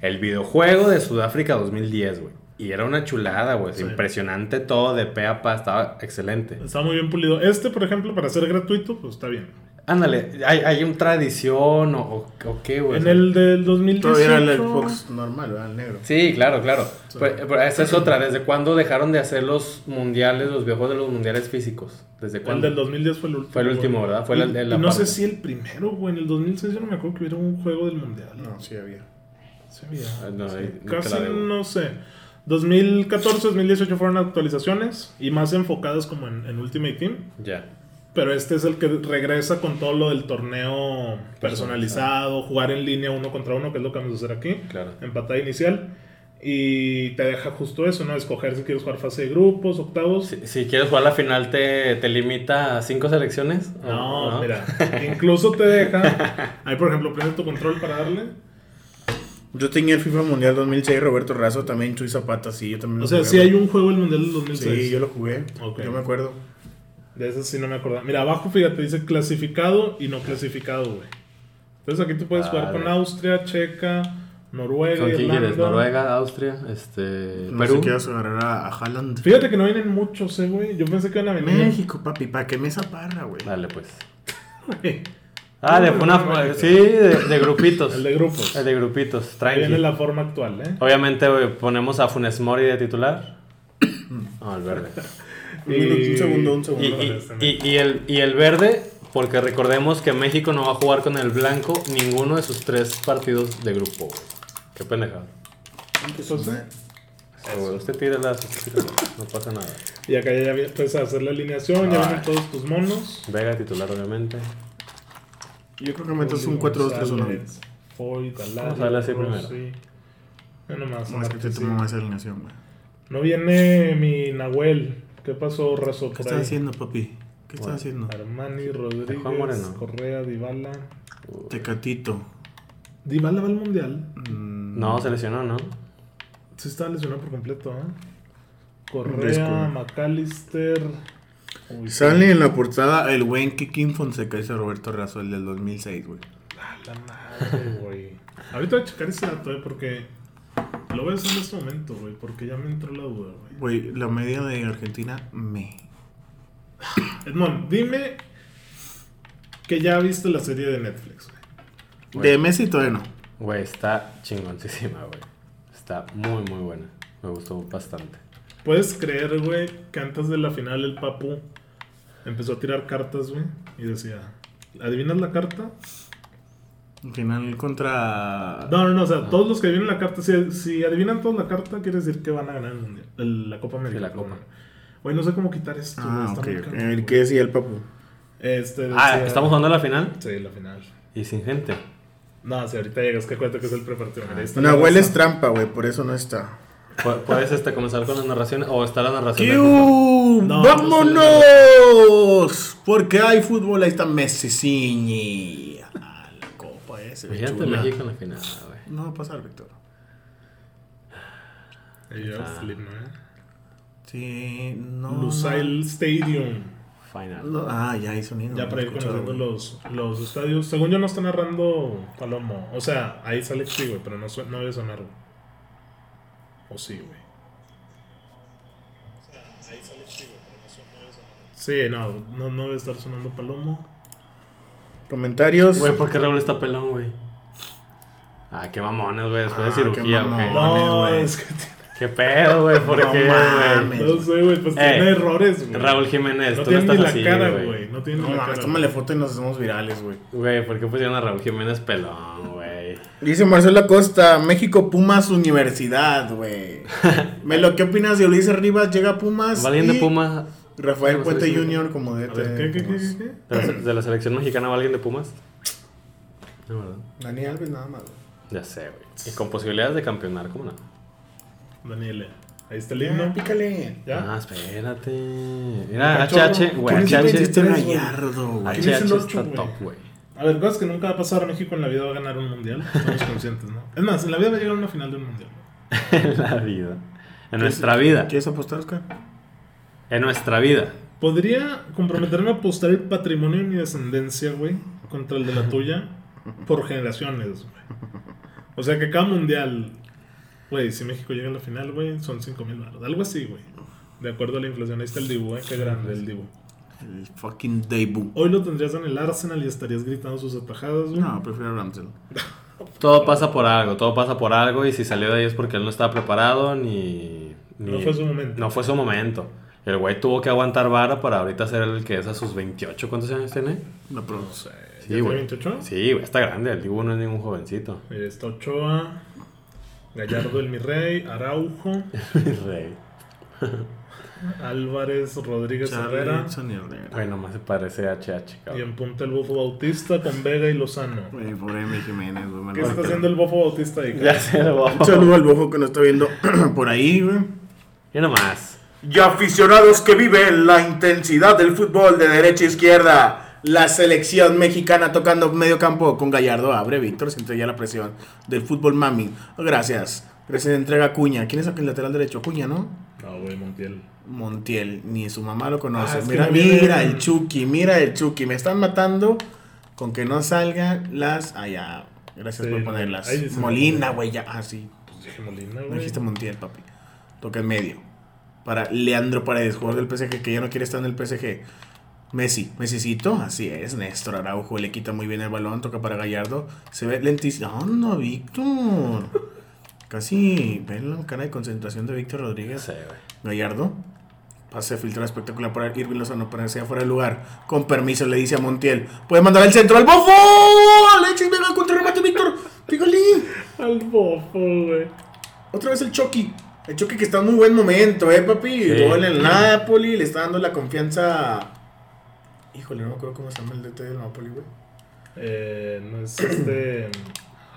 Speaker 3: el videojuego de Sudáfrica 2010, güey. Y era una chulada, güey.
Speaker 1: Sí.
Speaker 3: Impresionante todo de pe a pa, estaba excelente.
Speaker 1: Está muy bien pulido. Este, por ejemplo, para ser gratuito, pues está bien.
Speaker 3: Ándale, ¿hay, hay una tradición o, o- o qué, güey?
Speaker 1: En el del 2018.
Speaker 2: Todavía era el Xbox normal, ¿verdad? El negro.
Speaker 3: Sí, claro, claro.
Speaker 1: Sí.
Speaker 3: Pero- pero esa es otra. ¿Desde cuándo dejaron de hacer los mundiales, los viejos de los mundiales físicos? ¿Desde
Speaker 1: El
Speaker 3: cuándo?
Speaker 1: del 2010 fue el último.
Speaker 3: Fue el último, ¿verdad? Fue la-
Speaker 1: Y-
Speaker 3: la-
Speaker 1: y
Speaker 3: la
Speaker 1: no sé
Speaker 3: parte.
Speaker 1: si el primero, güey. En el 2006 yo no me acuerdo que hubiera un juego del mundial.
Speaker 2: No, sí había.
Speaker 1: Sí, mira.
Speaker 3: Ah, no,
Speaker 1: Sí,
Speaker 3: ahí no te
Speaker 1: Casi
Speaker 3: la debo.
Speaker 1: no sé. 2014, 2018 fueron actualizaciones y más enfocadas como en, en Ultimate Team.
Speaker 3: Ya.
Speaker 1: Pero este es el que regresa con todo lo del torneo personalizado, jugar en línea uno contra uno, que es lo que vamos a hacer aquí.
Speaker 3: Claro.
Speaker 1: Empatada inicial. Y te deja justo eso, ¿no? Escoger si quieres jugar fase de grupos, octavos.
Speaker 3: Si, si quieres jugar la final, ¿te, te limita a cinco selecciones? ¿O-
Speaker 1: No, mira, incluso te
Speaker 3: [laughs]
Speaker 1: deja. Ahí, por ejemplo, prende tu control para darle.
Speaker 2: Yo tenía el FIFA Mundial 2006, Roberto Razo, también Chuy Zapata, sí, yo también lo
Speaker 1: O sea,
Speaker 2: jugué,
Speaker 1: si
Speaker 2: güey.
Speaker 1: hay un juego del Mundial del 2006.
Speaker 2: Sí, yo lo jugué.
Speaker 1: Ok.
Speaker 2: Yo me acuerdo.
Speaker 1: De eso sí no me acordaba. Mira, abajo, fíjate, dice clasificado y no clasificado, güey. Entonces aquí tú puedes jugar
Speaker 3: Vale.
Speaker 1: con Austria, Checa, Noruega,
Speaker 3: ¿Con quién
Speaker 1: Irlanda.
Speaker 3: quieres? Noruega, Austria, este,
Speaker 2: No sé
Speaker 3: Perú.
Speaker 2: qué vas a agarrar a, a Haaland.
Speaker 1: Fíjate que no vienen muchos, eh, güey. Yo pensé que iban a [laughs] venir.
Speaker 2: México, papi, ¿para qué me zaparra, güey?
Speaker 3: Dale, pues.
Speaker 1: güey.
Speaker 3: Ah, de
Speaker 1: no,
Speaker 3: una.
Speaker 1: no,
Speaker 3: sí, de, de grupitos.
Speaker 1: El de grupos.
Speaker 3: El de grupitos,
Speaker 1: Ahí viene
Speaker 3: tranqui.
Speaker 1: la forma actual, eh.
Speaker 3: Obviamente güey, ponemos a Funes Mori de
Speaker 1: [coughs]
Speaker 3: titular. No, el verde.
Speaker 2: Un minuto, un segundo, un
Speaker 3: Y,
Speaker 2: segundo.
Speaker 3: y- y- y el, y el verde, porque recordemos que México no va a jugar con el blanco ninguno de sus tres partidos de grupo. güey. Qué pendejada.
Speaker 1: Entonces,
Speaker 3: Sí, güey, Usted tírala, usted tírala, no pasa nada.
Speaker 1: y acá ya vi- puedes hacer la alineación, ya
Speaker 2: Ah.
Speaker 1: vienen todos tus monos.
Speaker 3: Vega titular, obviamente.
Speaker 2: Yo creo que metes un 4-2-3-1.
Speaker 1: González, Foy, Dalá,
Speaker 3: Vamos a darle así primero.
Speaker 1: Rossi. Ya nomás,
Speaker 2: No, es que te
Speaker 1: Marquezín.
Speaker 2: tomo más alineación, güey.
Speaker 1: No viene mi Nahuel. ¿Qué pasó, Razo?
Speaker 2: ¿Qué
Speaker 1: por
Speaker 2: estás
Speaker 1: ahí?
Speaker 2: haciendo, papi? ¿Qué estás
Speaker 3: Bueno,
Speaker 2: haciendo?
Speaker 1: Armani, Rodríguez,
Speaker 3: Juan Moreno.
Speaker 1: Correa, Dybala.
Speaker 2: Tecatito.
Speaker 1: Dybala va al Mundial.
Speaker 2: Mm,
Speaker 3: No, se lesionó, ¿no?
Speaker 1: Sí estaba lesionado por completo, ¿eh? Correa,
Speaker 2: Fresco.
Speaker 1: McAllister. Uy,
Speaker 2: Sale en la portada el buen Kikin Fonseca, ese Roberto Razo, el del 2006, güey.
Speaker 1: a la madre, güey. Ahorita voy a checar ese dato, ¿eh? Porque lo voy a hacer en este momento, güey. Porque ya me entró la duda, güey.
Speaker 2: Güey, la media de Argentina, me.
Speaker 1: Edmond, dime que ya viste la serie de Netflix, güey.
Speaker 3: Güey.
Speaker 2: De Messi todavía no.
Speaker 3: Güey, está chingoncísima, güey. Está muy, muy buena. Me gustó bastante.
Speaker 1: ¿Puedes creer, güey, que antes de la final el Papu empezó a tirar cartas, güey? Y decía, ¿adivinas la carta?
Speaker 2: Al final contra.
Speaker 1: No, no, no, o
Speaker 3: Ah.
Speaker 1: sea, todos los que adivinan la carta, si, si adivinan todos la carta, quiere decir que van a ganar el mundial, el- la Copa América.
Speaker 3: la Copa.
Speaker 1: perdón. Güey, no sé cómo quitar esto.
Speaker 2: Ah,
Speaker 1: güey,
Speaker 2: ok.
Speaker 1: está muy
Speaker 2: ok.
Speaker 1: cabrón,
Speaker 2: El
Speaker 1: güey.
Speaker 2: que decía el papu.
Speaker 1: Este,
Speaker 3: Ah,
Speaker 1: decía-
Speaker 3: ¿estamos jugando la final?
Speaker 1: Sí, la final.
Speaker 3: Y sin gente.
Speaker 1: No, si ahorita llegas, que cuenta que es el prepartido.
Speaker 3: Ah.
Speaker 1: Mira, ahí está la
Speaker 2: Nahuel
Speaker 1: raza.
Speaker 2: es trampa, güey, por eso no está.
Speaker 3: Pu- ¿Puedes este, comenzar con la narración o está la narración? del-
Speaker 2: ¡Quiu!
Speaker 1: No,
Speaker 2: ¡Vámonos! Porque hay fútbol, ahí está Messi, sí. Ah, la copa ese.
Speaker 3: Imagínate
Speaker 2: chula.
Speaker 3: México en la final, güey.
Speaker 2: No va a pasar, Víctor.
Speaker 1: Ahí lleva
Speaker 3: Ah.
Speaker 1: Slim, ¿no?
Speaker 2: Sí, no.
Speaker 1: ¿eh? Lusail Stadium.
Speaker 3: Final.
Speaker 2: no. Ah, ya hay sonido.
Speaker 1: Ya
Speaker 2: no
Speaker 1: para ir
Speaker 2: escuchaba,
Speaker 1: conociendo
Speaker 2: güey.
Speaker 1: los, los estadios. Según yo no está narrando Palomo. O sea, ahí sale sí, güey, pero no, sue- no debe sonar, güey. O sí, güey. Sí, no, no, no debe estar sonando Palomo.
Speaker 2: Comentarios.
Speaker 3: Güey, ¿por qué Raúl está pelón, güey? Ah, qué mamones, güey. Después
Speaker 2: Ah,
Speaker 3: de
Speaker 2: qué
Speaker 3: cirugía, ok.
Speaker 2: mamón.
Speaker 1: No,
Speaker 2: Mames, güey.
Speaker 1: es que tiene-
Speaker 3: Qué pedo, güey. ¿Por
Speaker 2: No
Speaker 3: qué,
Speaker 2: mames.
Speaker 3: güey?
Speaker 1: No sé, güey, pues
Speaker 3: Eh,
Speaker 1: tiene errores, güey.
Speaker 3: Raúl Jiménez,
Speaker 1: no
Speaker 3: tú
Speaker 1: tiene
Speaker 3: no
Speaker 1: ni
Speaker 3: estás
Speaker 1: la
Speaker 3: así,
Speaker 1: cara,
Speaker 3: güey.
Speaker 1: güey. No tiene
Speaker 2: No
Speaker 1: ni la
Speaker 2: mames,
Speaker 1: cara.
Speaker 2: tómale foto y nos hacemos virales, güey.
Speaker 3: Güey, ¿por qué pusieron a Raúl Jiménez pelón, güey?
Speaker 2: Dice Marcelo Acosta, México Pumas Universidad,
Speaker 1: [laughs]
Speaker 2: güey. Melo, ¿qué opinas de Ulises Rivas? Llega a Pumas.
Speaker 3: Alguien de
Speaker 2: y
Speaker 3: Pumas.
Speaker 2: Rafael Puente
Speaker 3: Sí, sí, sí.
Speaker 2: Jr. como de.
Speaker 1: A ver, ¿qué, qué, qué, qué, qué?
Speaker 3: ¿De la, de la selección mexicana va alguien de Pumas? De verdad.
Speaker 2: Dani Alves nada más. güey.
Speaker 3: Ya sé, güey. Y con posibilidades de campeonar, ¿cómo no?
Speaker 1: Daniele, ahí está el
Speaker 2: Ah,
Speaker 1: himno.
Speaker 2: Pícale.
Speaker 1: ¿Ya?
Speaker 3: Ah, espérate. Mira,
Speaker 1: Cachorro.
Speaker 3: HH, güey.
Speaker 2: ¿Por qué
Speaker 3: HH
Speaker 2: siempre
Speaker 3: está
Speaker 2: hiciste Gallardo, güey?
Speaker 1: ¿Quién es el
Speaker 3: HH
Speaker 1: ocho,
Speaker 3: está
Speaker 1: güey?
Speaker 3: top, güey. [laughs]
Speaker 1: A ver, cosas que nunca va a pasar. México en la vida va a ganar un mundial. Estamos conscientes, ¿no? Es más, en la vida va a llegar a una final de un mundial.
Speaker 3: En la vida. En nuestra vida.
Speaker 2: ¿Quieres apostar, Oscar?
Speaker 3: En nuestra vida.
Speaker 1: Podría comprometerme a apostar el patrimonio de mi descendencia, güey, contra el de la tuya, por generaciones, güey. O sea que cada mundial, güey, si México llega a la final, güey, son 5 mil baros. Algo así, güey. De acuerdo a la inflación, ahí está el Dibu, ¿eh? Qué grande el Dibu.
Speaker 2: El fucking debut.
Speaker 1: Hoy lo tendrías en el Arsenal y estarías gritando sus atajadas, güey.
Speaker 2: No, pues, prefiero a Ramsel.
Speaker 3: Todo pasa por algo, todo pasa por algo. Y si salió de ahí es porque él no estaba preparado ni. ni-
Speaker 1: No fue su momento.
Speaker 3: No fue su momento. El güey tuvo que aguantar vara para ahorita ser el que es a sus 28. ¿Cuántos años tiene?
Speaker 2: No, pero.
Speaker 1: ¿Ya
Speaker 3: Sí,
Speaker 1: tiene
Speaker 3: güey.
Speaker 1: 28?
Speaker 3: Sí, güey, está grande. El Dibu no es ningún jovencito. [laughs]
Speaker 1: Mira, está Ochoa, Gallardo el mi rey, Araujo,
Speaker 3: Rey.
Speaker 1: Álvarez, Rodríguez Herrera.
Speaker 2: Charlison y Herrera.
Speaker 3: Güey, nomás se parece a HH,
Speaker 1: Y
Speaker 3: cabrón.
Speaker 1: en punta el Bofo Bautista con Vega y Lozano.
Speaker 2: Güey, pobre mi Jiménez, güey. me
Speaker 1: ¿Qué
Speaker 2: lo-
Speaker 1: está haciendo el Bofo Bautista ahí?
Speaker 3: Ya se
Speaker 1: [laughs]
Speaker 3: lo
Speaker 2: Un saludo al bojo que nos está viendo [clears throat] por ahí, güey.
Speaker 3: Y nomás.
Speaker 2: Y aficionados que viven la intensidad del fútbol de derecha a izquierda. La selección mexicana tocando medio campo con Gallardo abre. Víctor siente ya la presión del fútbol mami. Gracias. Recién entrega Cuña. ¿Quién es el lateral derecho? Cuña, ¿no?
Speaker 1: No, güey, Montiel.
Speaker 2: Montiel. Ni su mamá lo conoce.
Speaker 1: Ah, es que
Speaker 2: mira,
Speaker 1: no viene-
Speaker 2: mira el Chucky. Mira el Chucky. Me están matando con que no salgan las. Ah, ya. Gracias
Speaker 1: Sí,
Speaker 2: por ponerlas.
Speaker 1: ahí dice-
Speaker 2: Molina, güey. Ya. Ah, sí.
Speaker 1: Pues dije Molina,
Speaker 2: No
Speaker 1: güey.
Speaker 2: dijiste Montiel, papi. Toca en medio. Para Leandro Paredes, jugador del PSG que ya no quiere estar en el PSG. Messi, Messicito, así es. Néstor Araujo le quita muy bien el balón, toca para Gallardo. Se ve lentísimo. ¡Ah, no,
Speaker 1: [laughs]
Speaker 2: Víctor! Casi ven la cara de concentración de Víctor
Speaker 3: Ya
Speaker 2: Rodríguez.
Speaker 3: sé, güey.
Speaker 2: Gallardo. Pase filtrado espectacular para Irving Lozano para que sea fuera de lugar. Con permiso le dice a Montiel. Puede mandar al centro al bofo. Alexis Vega contra remate Víctor. Pigolín.
Speaker 1: Al Bofo, güey.
Speaker 2: Otra vez el Chucky. El Chucky que está en un buen momento, ¿eh, papi?
Speaker 3: Sí.
Speaker 2: Gol en el Napoli, le está dando la confianza. Híjole, no me acuerdo cómo se llama el DT del Napoli, güey.
Speaker 1: Eh, no es este.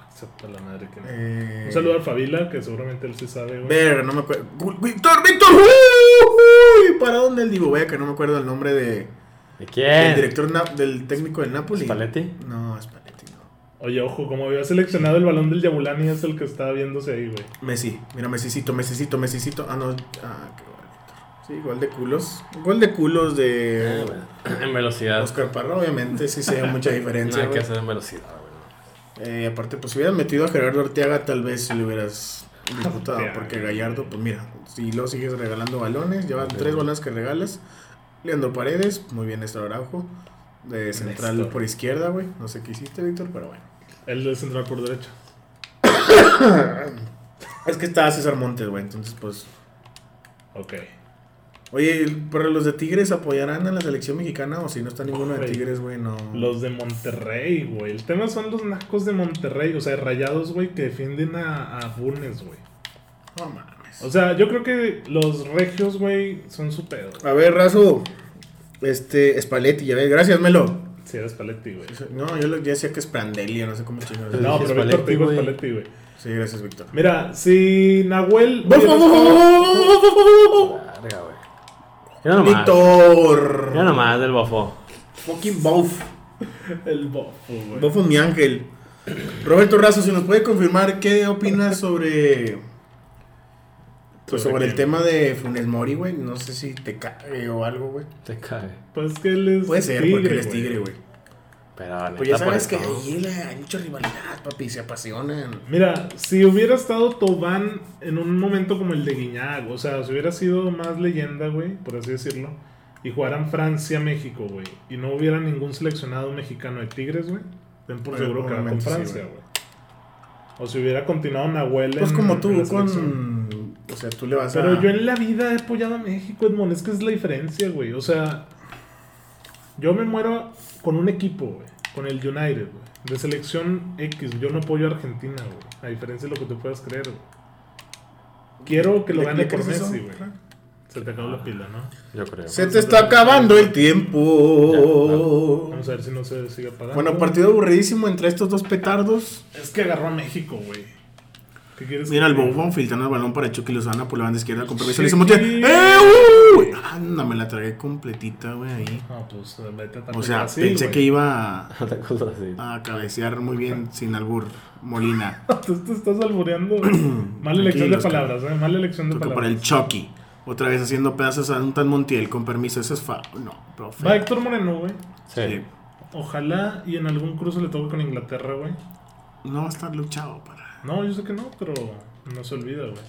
Speaker 1: Acepta la madre que no.
Speaker 2: Eh,
Speaker 1: Un saludo al Fabila, que seguramente él sí sabe, güey.
Speaker 2: Verga, no me acuerdo. Gu- ¡Víctor, Víctor! ¡Uy! ¿Para dónde el Divo? Vea que no me acuerdo el nombre de,
Speaker 3: ¿De
Speaker 2: del
Speaker 3: quién?
Speaker 2: director na- del técnico del Napoli.
Speaker 3: Eh. ¿Spalletti?
Speaker 2: No, Spalletti, no.
Speaker 1: Oye, ojo, como había seleccionado el balón del Yabulani, es el que estaba viéndose ahí, güey.
Speaker 2: Messi, mira, Messicito, Messicito, Messicito. Ah, no. Ah, qué gol, Víctor. Sí, gol de culos. Gol de culos de.
Speaker 3: Ah, bueno. En velocidad.
Speaker 2: Oscar Parra, obviamente, sí se ve mucha diferencia.
Speaker 3: [laughs] Nada que
Speaker 2: güey.
Speaker 3: hacer en velocidad, güey.
Speaker 2: Eh, aparte, pues si hubieras metido a Gerardo Arteaga, tal vez si lo hubieras disputado.
Speaker 1: Arteaga.
Speaker 2: Porque Gallardo, pues mira, si lo sigues regalando balones, llevan
Speaker 3: Sí.
Speaker 2: tres balones que regalas. Leandro Paredes, muy bien Néstor Araujo. De central
Speaker 1: Néstor.
Speaker 2: por izquierda, güey. No sé qué hiciste, Víctor, pero bueno.
Speaker 1: Él es central por derecha.
Speaker 2: Es que estaba César Montes, güey. Entonces, pues.
Speaker 1: Ok.
Speaker 2: Oye, ¿pero los de Tigres apoyarán a la selección mexicana? O si no está ninguno de
Speaker 1: Güey.
Speaker 2: Tigres, güey, no.
Speaker 1: Los de Monterrey, güey. El tema son los nacos de Monterrey, o sea, rayados, güey, que defienden a, a Funes, güey.
Speaker 2: No mames.
Speaker 1: O sea, yo creo que los regios, güey, son su pedo.
Speaker 2: A ver, Razo. Este, Spalletti, ya ves. Gracias, Melo.
Speaker 1: Si eres Paletti, güey.
Speaker 2: No, yo lo- yo decía que es Prandelli, no sé cómo
Speaker 1: No,
Speaker 2: chingados.
Speaker 3: Sí,
Speaker 1: pero Víctor
Speaker 3: Spalletti,
Speaker 1: te digo
Speaker 3: güey.
Speaker 1: Spalletti, güey.
Speaker 2: Sí, gracias, Víctor.
Speaker 1: Mira, si Nahuel.
Speaker 3: Larga, güey. Mira nomás. Mira
Speaker 2: Víctor.
Speaker 3: nomás del bofo.
Speaker 2: Fucking Bof.
Speaker 1: El bofo, güey.
Speaker 2: Bofo mi ángel. Roberto Razo, si nos puede confirmar qué opinas sobre pues
Speaker 1: ¿Sobre
Speaker 2: sobre el
Speaker 1: quién?
Speaker 2: tema de Funes Mori, güey. No sé si te cae o algo, güey.
Speaker 3: Te cae.
Speaker 1: Pues que él es.
Speaker 2: Puede ser, porque él es tigre, güey.
Speaker 3: Pero neta,
Speaker 2: Pues ya
Speaker 3: por
Speaker 2: sabes que
Speaker 3: eso-
Speaker 2: ahí le- hay mucha rivalidad, papi, se apasionan.
Speaker 1: Mira, si hubiera estado Tobán en un momento como el de Guiñac, o sea, si hubiera sido más leyenda, güey, por así decirlo, y jugaran Francia-México, güey, y no hubiera ningún seleccionado mexicano de Tigres, güey, ten por
Speaker 2: Pero
Speaker 1: seguro que va con
Speaker 2: probablemente Eh, sí,
Speaker 1: Francia,
Speaker 2: güey.
Speaker 1: güey. O si hubiera continuado Nahuel.
Speaker 2: Pues
Speaker 1: en-
Speaker 2: como
Speaker 1: en
Speaker 2: tú
Speaker 1: la selección.
Speaker 2: con... O sea, tú le vas a...
Speaker 1: Pero yo en la vida he apoyado a México, Edmond. Es que es la diferencia, güey. O sea, yo me muero con un equipo, güey. Con el United, güey. De selección X. Yo no apoyo a Argentina, güey. A diferencia de lo que te puedas creer, güey. Quiero que lo
Speaker 2: ¿Le-
Speaker 1: gane
Speaker 2: le
Speaker 1: por
Speaker 2: crees eso?
Speaker 1: Messi, güey. Se te acabó la pila, ¿no?
Speaker 3: Yo creo.
Speaker 2: Se te está acabando el tiempo.
Speaker 1: Vamos a ver si no se sigue apagando.
Speaker 2: Bueno, partido aburridísimo entre estos dos petardos.
Speaker 1: Es que agarró a México, güey. ¿Qué quieres
Speaker 2: Mira el
Speaker 1: que-
Speaker 2: Bobón filtrando el balón para Chucky Lozana por la banda izquierda con permiso. Le hizo
Speaker 1: Chucky.
Speaker 2: Montiel. ¡Eh, uy! Anda, me la tragué completita, güey, ahí.
Speaker 1: No, pues vete a
Speaker 2: O sea,
Speaker 1: Brasil,
Speaker 2: pensé
Speaker 1: güey.
Speaker 2: que iba a-
Speaker 3: Otra cosa así.
Speaker 2: a cabecear muy bien sin albur. Molina.
Speaker 1: [laughs] Tú te estás albureando.
Speaker 2: [clears throat]
Speaker 1: güey. Mala elección de
Speaker 2: Tranquilos,
Speaker 1: palabras, ¿eh? Mala elección de
Speaker 2: Toca para
Speaker 1: palabras.
Speaker 2: el Chucky. Otra vez haciendo pedazos a un tan Montiel. Con permiso, eso es fa. No, profe.
Speaker 1: Va Héctor Moreno, güey.
Speaker 3: [laughs] Sí.
Speaker 1: Ojalá y en algún cruce le toque con Inglaterra, güey.
Speaker 2: No va a estar luchado para.
Speaker 1: No, yo sé que no, pero no se olvida, güey.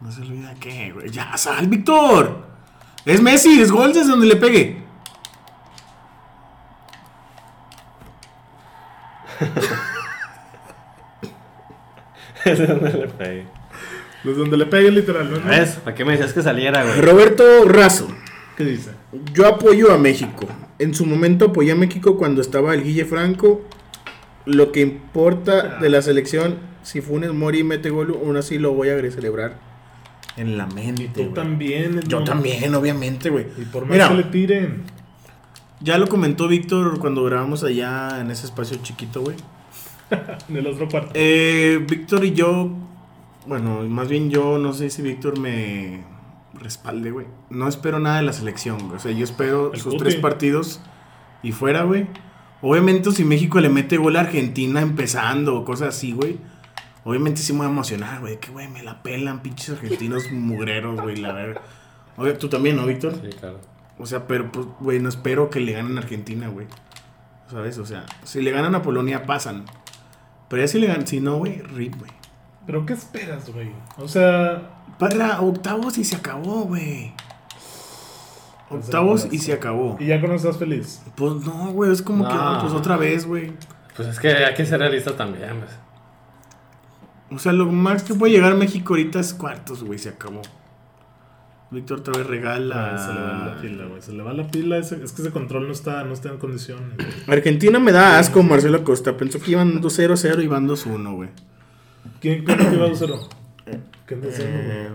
Speaker 2: No se olvida que, güey. Ya, sal, Víctor. Es Messi, es gol desde donde le pegue.
Speaker 3: Ese es donde le pegué.
Speaker 1: Desde donde le pegue literal, ¿no?
Speaker 2: Ah,
Speaker 3: ¿Ves? ¿Para qué me decías que saliera, güey?
Speaker 2: Roberto Razo.
Speaker 1: ¿Qué dice?
Speaker 2: Yo apoyo a México. En su momento apoyé a México cuando estaba el Guille Franco. Lo que importa de la selección, si Funes Mori mete gol, aún así lo voy a celebrar. En la mente.
Speaker 1: Tú
Speaker 2: güey.
Speaker 1: también.
Speaker 2: Yo
Speaker 1: Edmond.
Speaker 2: también, obviamente, güey.
Speaker 1: Y por más
Speaker 2: Mira,
Speaker 1: que le tiren.
Speaker 2: ya lo comentó Víctor cuando grabamos allá en ese espacio chiquito, güey.
Speaker 1: En el otro cuarto.
Speaker 2: Eh, Víctor y yo, bueno, más bien yo, no sé si Víctor me respalde, güey. No espero nada de la selección, güey. O sea, yo espero
Speaker 1: El
Speaker 2: sus
Speaker 1: Cuti.
Speaker 2: tres partidos y fuera, güey. Obviamente, si México le mete gol a Argentina empezando o cosas así, güey. Obviamente sí me voy a emocionar, güey. Que, güey, me la pelan pinches argentinos mugreros, güey, la verga. Oye, tú también, ¿no, Víctor?
Speaker 3: Sí, claro.
Speaker 2: O sea, pero, pues, güey, no espero que le ganen a Argentina, güey. ¿Sabes? O sea, si le ganan a Polonia, pasan. Pero ya si le ganan, si no, güey, rip, güey.
Speaker 1: ¿Pero qué esperas, güey? O sea,
Speaker 2: Para octavos y se acabó, güey. Octavos y se acabó.
Speaker 1: y ya con eso estás feliz.
Speaker 2: Pues no, güey, es como que,
Speaker 3: No.
Speaker 2: pues otra vez, güey.
Speaker 3: Pues es que hay que ser realistas también, pues.
Speaker 2: O sea, lo más que puede llegar a México ahorita es cuartos, güey, se acabó. Víctor otra vez regala.
Speaker 1: Ah, Se le va la pila, güey. Se le va la pila. ese- Es que ese control no está, no está en condiciones. güey.
Speaker 2: Argentina me da asco, Marcelo Costa. Pensó que iban 2-0-0 y van 2-1, güey.
Speaker 1: ¿Quién quién te va a cero? ¿Qué andas haciendo, güey?
Speaker 2: Eh,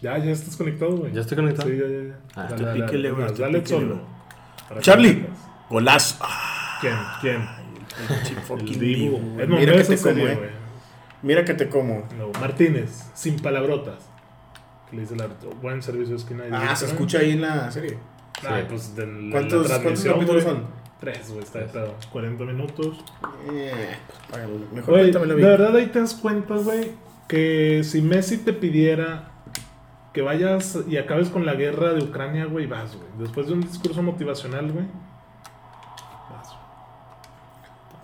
Speaker 1: Ya, ya estás conectado, güey.
Speaker 3: ¿Ya estoy conectado?
Speaker 1: Sí, ya, ya, ya.
Speaker 3: Ah,
Speaker 1: Dale,
Speaker 2: tú
Speaker 1: dale,
Speaker 2: píquele, güey,
Speaker 1: más,
Speaker 2: tú
Speaker 1: Dale
Speaker 2: píquele,
Speaker 1: solo.
Speaker 2: güey.
Speaker 1: Para que
Speaker 2: Charlie,
Speaker 1: sepas.
Speaker 2: golazo. Ah,
Speaker 1: ¿Quién? ¿Quién?
Speaker 2: pinche fucking
Speaker 1: El
Speaker 2: Dibu,
Speaker 1: Dibu.
Speaker 2: güey.
Speaker 1: Edmond,
Speaker 2: Mira
Speaker 1: ve
Speaker 2: que
Speaker 1: esa
Speaker 2: te como,
Speaker 1: serie,
Speaker 2: eh.
Speaker 1: güey.
Speaker 2: Mira que te como.
Speaker 1: No, Martínez, sin palabrotas. Que le dice el árbitro. Buen servicio de esquina. y
Speaker 2: Ah,
Speaker 1: dice,
Speaker 2: se
Speaker 1: "Ah".
Speaker 2: escucha ahí en la serie.
Speaker 1: Ay,
Speaker 3: Sí.
Speaker 1: pues de la,
Speaker 2: ¿Cuántos-
Speaker 1: la transmisión,
Speaker 2: cuántos capítulos
Speaker 1: güey.
Speaker 2: son?
Speaker 1: Tres, güey, está de pedo. 40 minutos.
Speaker 2: Eh, pues, págalo. Mejor
Speaker 1: Güey,
Speaker 2: ahorita me
Speaker 1: de
Speaker 2: la vi.
Speaker 1: verdad ahí te das cuenta, güey, que si Messi te pidiera que vayas y acabes con la guerra de Ucrania, güey, vas, güey. Después de un discurso motivacional, güey, vas.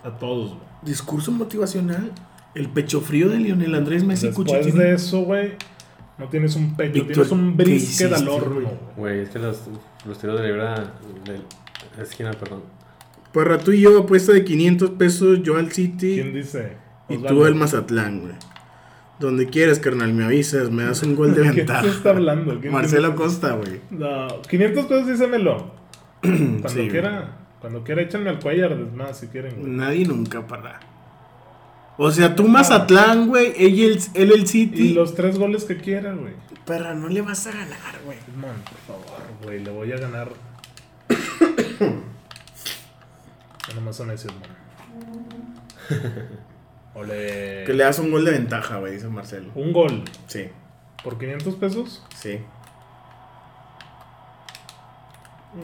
Speaker 1: güey. A todos, güey.
Speaker 2: Discurso motivacional. El pecho frío de Lionel Andrés Messi
Speaker 1: Después
Speaker 2: Cuchiquín.
Speaker 1: de eso, güey, no tienes un pecho,
Speaker 2: Víctor,
Speaker 1: tienes un
Speaker 2: ¿qué
Speaker 1: brisket al
Speaker 2: hiciste,
Speaker 1: horno,
Speaker 2: güey?
Speaker 1: güey.
Speaker 3: Güey, es que los, los tiros de libra de de esquina, perdón.
Speaker 2: Para tú Pues, y yo, apuesta de 500 pesos, yo al
Speaker 1: ¿Quién
Speaker 2: City
Speaker 1: dice? Pues
Speaker 2: y
Speaker 1: Osvaldo.
Speaker 2: tú al Mazatlán, güey. Donde quieras, carnal, me avisas, me das
Speaker 1: [laughs]
Speaker 2: un gol de
Speaker 1: ¿Quién
Speaker 2: ventaja.
Speaker 1: se está hablando? ¿Quién-
Speaker 2: Marcelo Costa, güey.
Speaker 1: No, 500 pesos dísemelo. Cuando
Speaker 2: [clears throat] Sí, güey.
Speaker 1: quiera, cuando quiera, échenme al collar, es más, si quieren, güey.
Speaker 2: Nadie nunca para. O sea, tú Mazatlán, güey, ella el- él el City.
Speaker 1: Y los tres goles que quiera, güey.
Speaker 2: Perra, no le vas a ganar, güey.
Speaker 1: Edmond, por favor, güey, le voy a ganar. [coughs] Ya nomás son esos, Edmond.
Speaker 2: [laughs]
Speaker 1: Ole.
Speaker 2: Que le das un gol de ventaja, güey, dice Marcelo.
Speaker 1: Un gol
Speaker 2: Sí,
Speaker 1: por 500 pesos.
Speaker 2: sí.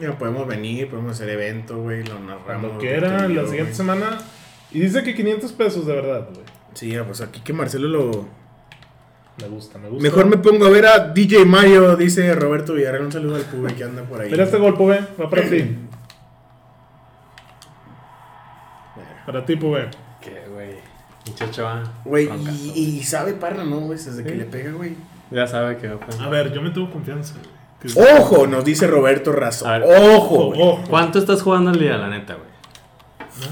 Speaker 2: Ya podemos venir, podemos hacer evento, güey, lo narramos.
Speaker 1: Cuando
Speaker 2: güey,
Speaker 1: quiera,
Speaker 2: tú y
Speaker 1: la
Speaker 2: yo,
Speaker 1: siguiente
Speaker 2: güey.
Speaker 1: semana. Y dice que 500 pesos, de verdad, güey.
Speaker 2: Sí, ya, pues aquí que Marcelo lo.
Speaker 1: Me gusta, me gusta.
Speaker 2: Mejor me pongo a ver a DJ Mario, dice Roberto Villarreal. Un saludo al público que anda por ahí.
Speaker 1: Mira este gol, Pube. Va para ti. Para ti, Pube.
Speaker 3: ¿Qué, güey? Muchacho, va.
Speaker 2: Güey,
Speaker 3: Bronca.
Speaker 2: y, y sabe Parra, ¿no, güey? Desde que le pega, güey.
Speaker 3: Ya sabe que va a pasar.
Speaker 1: A ver, yo me tengo confianza, güey. Que-
Speaker 2: Ojo, nos dice Roberto Razo.
Speaker 3: A ver.
Speaker 2: Ojo, güey.
Speaker 1: Ojo.
Speaker 3: ¿Cuánto estás jugando al día, la neta, güey?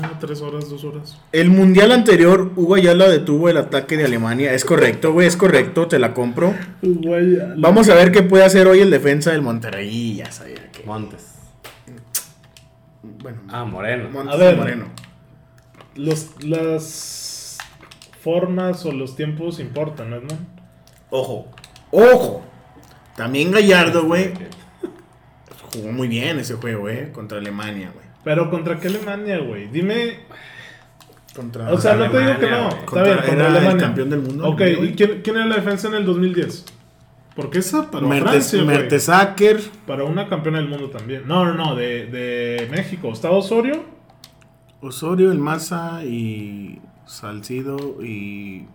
Speaker 1: No, tres horas, dos horas.
Speaker 2: El mundial anterior, Hugo Ayala detuvo el ataque de Alemania. Es correcto, güey, es correcto, te la compro. Vamos a ver qué puede hacer hoy el defensa del Monterrey. Ya sabía que.
Speaker 3: Montes.
Speaker 2: Bueno,
Speaker 3: Ah, Moreno.
Speaker 2: Montes
Speaker 1: a ver.
Speaker 2: Moreno.
Speaker 1: Los, las formas o los tiempos importan, ¿no, Edmond?
Speaker 2: Ojo, ojo. También Gallardo, güey, jugó muy bien ese juego, eh, contra Alemania, güey.
Speaker 1: Pero ¿contra qué Alemania, güey? Dime.
Speaker 2: Contra
Speaker 1: O sea, no te
Speaker 3: Alemania,
Speaker 1: digo que no.
Speaker 3: güey.
Speaker 1: Está
Speaker 2: Contra-
Speaker 1: bien, contra
Speaker 2: era el
Speaker 1: Alemania.
Speaker 2: campeón del mundo,
Speaker 1: Ok,
Speaker 2: Alemania, güey.
Speaker 1: ¿y quién, quién era la defensa en el 2010? Porque esa para
Speaker 2: Mertes,
Speaker 1: Francia, güey.
Speaker 2: Mertesacker,
Speaker 1: Para una campeona del mundo también. No, no, no, de, de México. Estaba Osorio.
Speaker 2: Osorio, el Maza y Salcido y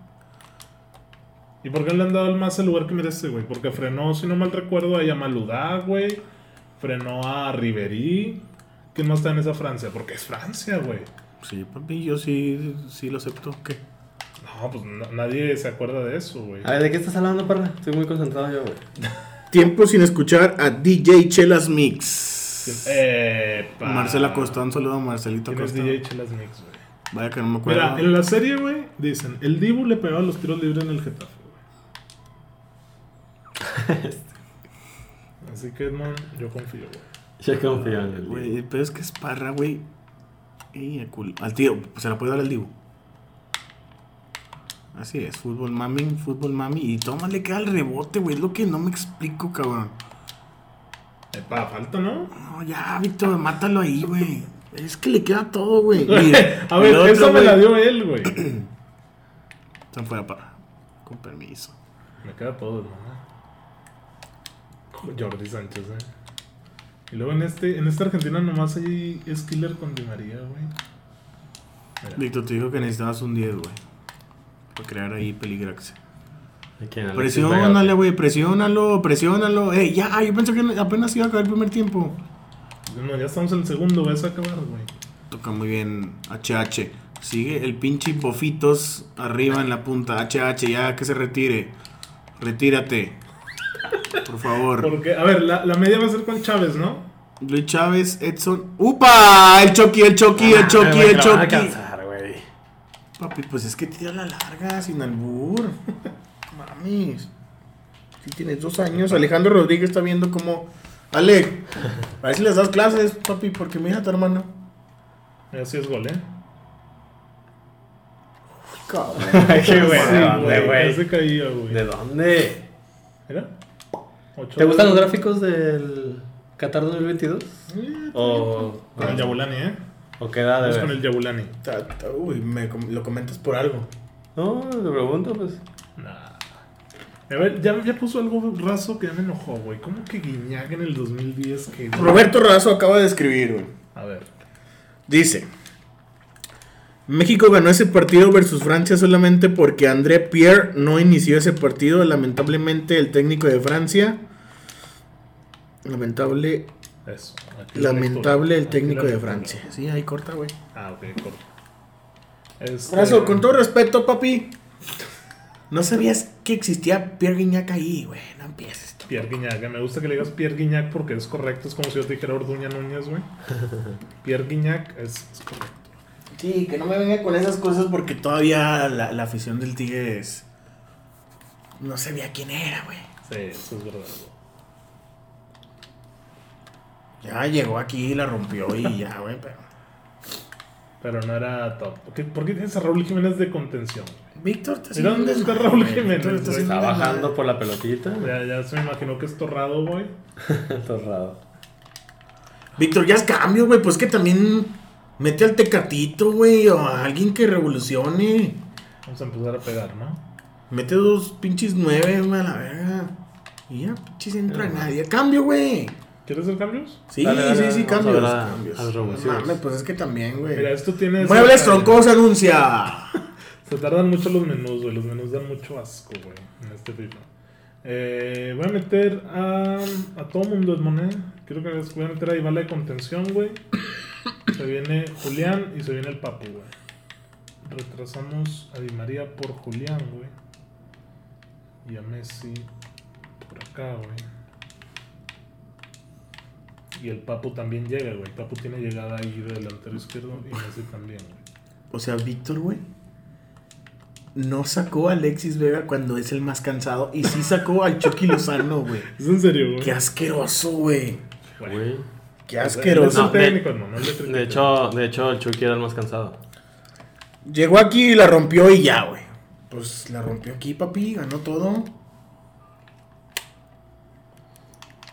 Speaker 1: ¿Y por qué no le han dado el más el lugar que merece, güey? Porque frenó, si no mal recuerdo, a Yamaludá, güey. Frenó a Riverí. ¿Quién más está en esa Francia? Porque es Francia, güey.
Speaker 2: sí, papi, yo sí sí lo acepto. ¿Qué?
Speaker 1: No, pues na- nadie se acuerda de eso, güey.
Speaker 2: Ah,
Speaker 3: A ver, ¿de qué estás hablando, perra? Estoy muy concentrado yo, güey.
Speaker 2: Tiempo sin escuchar a DJ Chelas Mix.
Speaker 1: Epa.
Speaker 2: Marcela Costa, un saludo a Marcelito
Speaker 1: Eh, ¿Quién es
Speaker 2: Costa.
Speaker 1: DJ Chelas Mix, güey?
Speaker 2: Vaya que no me acuerdo.
Speaker 1: Mira, en la serie, güey, dicen, el Dibu le pegaba los tiros libres en el Getafe, güey. Así que, Edmond, yo confío, güey.
Speaker 3: Yo confío en el
Speaker 2: Güey, pero es que es parra, güey. Y el culo. Al tío, se la puede dar al Dibu. Así es, fútbol mami, fútbol mami. Y toma, le queda el rebote, güey. Es lo que no me explico, cabrón.
Speaker 1: Epa, Eh, falta, ¿no?
Speaker 2: No, ya, Víctor, mátalo ahí, güey. Es que le queda todo, güey. Y-
Speaker 1: [laughs] a
Speaker 2: el
Speaker 1: ver,
Speaker 2: otro,
Speaker 1: esa me
Speaker 2: güey,
Speaker 1: la dio él,
Speaker 2: [clears throat]
Speaker 1: güey.
Speaker 2: Se fue a parra. Con permiso.
Speaker 1: me queda todo, hermano. Jordi Sánchez, eh. Y luego en este, en esta Argentina nomás hay es killer con Di María, güey. Mira,
Speaker 2: Víctor, te dijo que necesitabas un 10, güey. Para crear ahí peligraxe.
Speaker 3: ¿Quién? Alexis Vega,
Speaker 2: Presiónalo, güey, presiónalo, presiónalo. Ey, ya, ah, yo pensé que apenas iba a acabar el primer tiempo.
Speaker 1: no, ya estamos en el segundo, vas a acabar, güey.
Speaker 2: Toca muy bien HH. Sigue el pinche Bofitos arriba en la punta. HH, ya que se retire. Retírate. Por favor.
Speaker 1: Porque, a ver, la, la media va a ser con Chávez, ¿no?
Speaker 2: Luis Chávez, Edson. ¡Upa! El Chucky, el Chucky, el
Speaker 3: Ah,
Speaker 2: Chucky,
Speaker 3: güey,
Speaker 2: el
Speaker 3: que la van a
Speaker 2: Chucky.
Speaker 3: alcanzar, güey.
Speaker 2: Papi, pues es que tira la larga, sin albur. [laughs] Mamis. Si tienes dos años, Alejandro Rodríguez está viendo como. Ale, a ver si les das clases, papi, porque mira a tu hermano.
Speaker 1: Así es gol, ¿eh?
Speaker 2: [laughs] Cabrón.
Speaker 3: Qué
Speaker 1: Sí,
Speaker 3: ¿de dónde,
Speaker 1: güey, ya
Speaker 3: güey?
Speaker 1: se caía, güey.
Speaker 3: ¿De dónde?
Speaker 1: Mira. Ocho
Speaker 3: ¿Te gustan los
Speaker 1: goles.
Speaker 3: gráficos del Qatar 2022?
Speaker 1: Eh,
Speaker 3: ¿O,
Speaker 1: Con el Yabulani, ¿eh?
Speaker 3: o queda
Speaker 1: Vamos
Speaker 3: de
Speaker 1: con el
Speaker 3: Ah, ver?
Speaker 1: Yabulani.
Speaker 2: Ta- ta- Uy, me com- lo comentas por algo.
Speaker 3: No, te pregunto, pues.
Speaker 1: Nah. A ver, ya, ya puso algo raso que ya me enojó, güey. ¿Cómo que Guiñac en el 2010 que...
Speaker 2: Roberto Razo acaba de escribir, güey.
Speaker 1: A ver.
Speaker 2: Dice: México ganó ese partido versus Francia solamente porque André Pierre no inició ese partido. Lamentablemente, el técnico de Francia. Lamentable,
Speaker 1: Eso. aquí la lectura.
Speaker 2: lamentable el
Speaker 1: Aquí
Speaker 2: técnico
Speaker 1: la
Speaker 2: de
Speaker 1: lectura.
Speaker 2: Francia. Sí, ahí corta, güey.
Speaker 1: Ah, ok, corto. Este-
Speaker 2: Razo, con todo respeto, papi. No sabías que existía Pierre Guignac ahí, güey. No empieces. tú.
Speaker 1: Pierre Guiñac. Me gusta que le digas Pierre Guiñac porque es correcto. Es como si yo te dijera Orduña Núñez,
Speaker 3: [laughs]
Speaker 1: güey. Pierre Guiñac es, es correcto.
Speaker 2: Sí, que no me venga con esas cosas porque todavía la, la afición del Tigre es. No sabía quién era, güey.
Speaker 1: Sí, eso es verdad, güey.
Speaker 2: Ya llegó aquí y la rompió [laughs] y ya, güey, pero.
Speaker 1: Pero no era top. ¿Por qué, por qué tienes a Raúl Jiménez de contención, güey?
Speaker 2: Víctor te
Speaker 1: ¿Y dónde está Raúl Jiménez, güey?
Speaker 3: Está bajando por la pelotita.
Speaker 1: Ya, ya se me imaginó que es torrado, güey.
Speaker 3: [laughs] Torrado.
Speaker 2: Víctor, ya es cambio, güey. Pues que también mete al tecatito, güey, o a alguien que revolucione.
Speaker 1: Vamos a empezar a pegar, ¿no?
Speaker 2: Mete dos pinches nueve, güey, a la verga. Y ya, pinches entra nadie. Cambio, güey.
Speaker 1: ¿Quieres hacer cambios?
Speaker 2: Sí,
Speaker 3: Dale, dale,
Speaker 2: sí, sí,
Speaker 3: vamos
Speaker 2: cambios.
Speaker 3: a ver a-
Speaker 2: cambios.
Speaker 3: a las
Speaker 2: No
Speaker 3: revoluciones.
Speaker 2: mames, pues es que también, güey.
Speaker 1: Mira, esto tiene.
Speaker 2: Muebles
Speaker 1: se-
Speaker 2: Troncos anuncia.
Speaker 1: Se tardan mucho los menús, güey. Los menús dan mucho asco, güey. En este FIFA. Eh, voy a meter a, a todo mundo, Edmoné. Quiero que les voy a meter a Ibala de contención, güey. [coughs] Se viene Julián y se viene el Papu, güey. Retrasamos a Di María por Julián, güey. Y a Messi por acá, güey. Y el Papu también llega, güey. Papu tiene llegada ahí de delantero izquierdo y Messi también, güey.
Speaker 2: O sea, Víctor, güey. No sacó a Alexis Vega cuando es el más cansado. Y sí sacó al Chucky Lozano, güey.
Speaker 1: Es en serio, güey.
Speaker 2: Qué asqueroso, güey.
Speaker 3: güey.
Speaker 2: Qué
Speaker 1: Es el
Speaker 2: asqueroso.
Speaker 3: No, de-
Speaker 1: técnico, Pues, no, no es el
Speaker 3: De
Speaker 1: criterio.
Speaker 3: hecho, de hecho, el Chucky era el más cansado.
Speaker 2: Llegó aquí y la rompió y ya, güey. Pues la rompió aquí, papi. Ganó todo.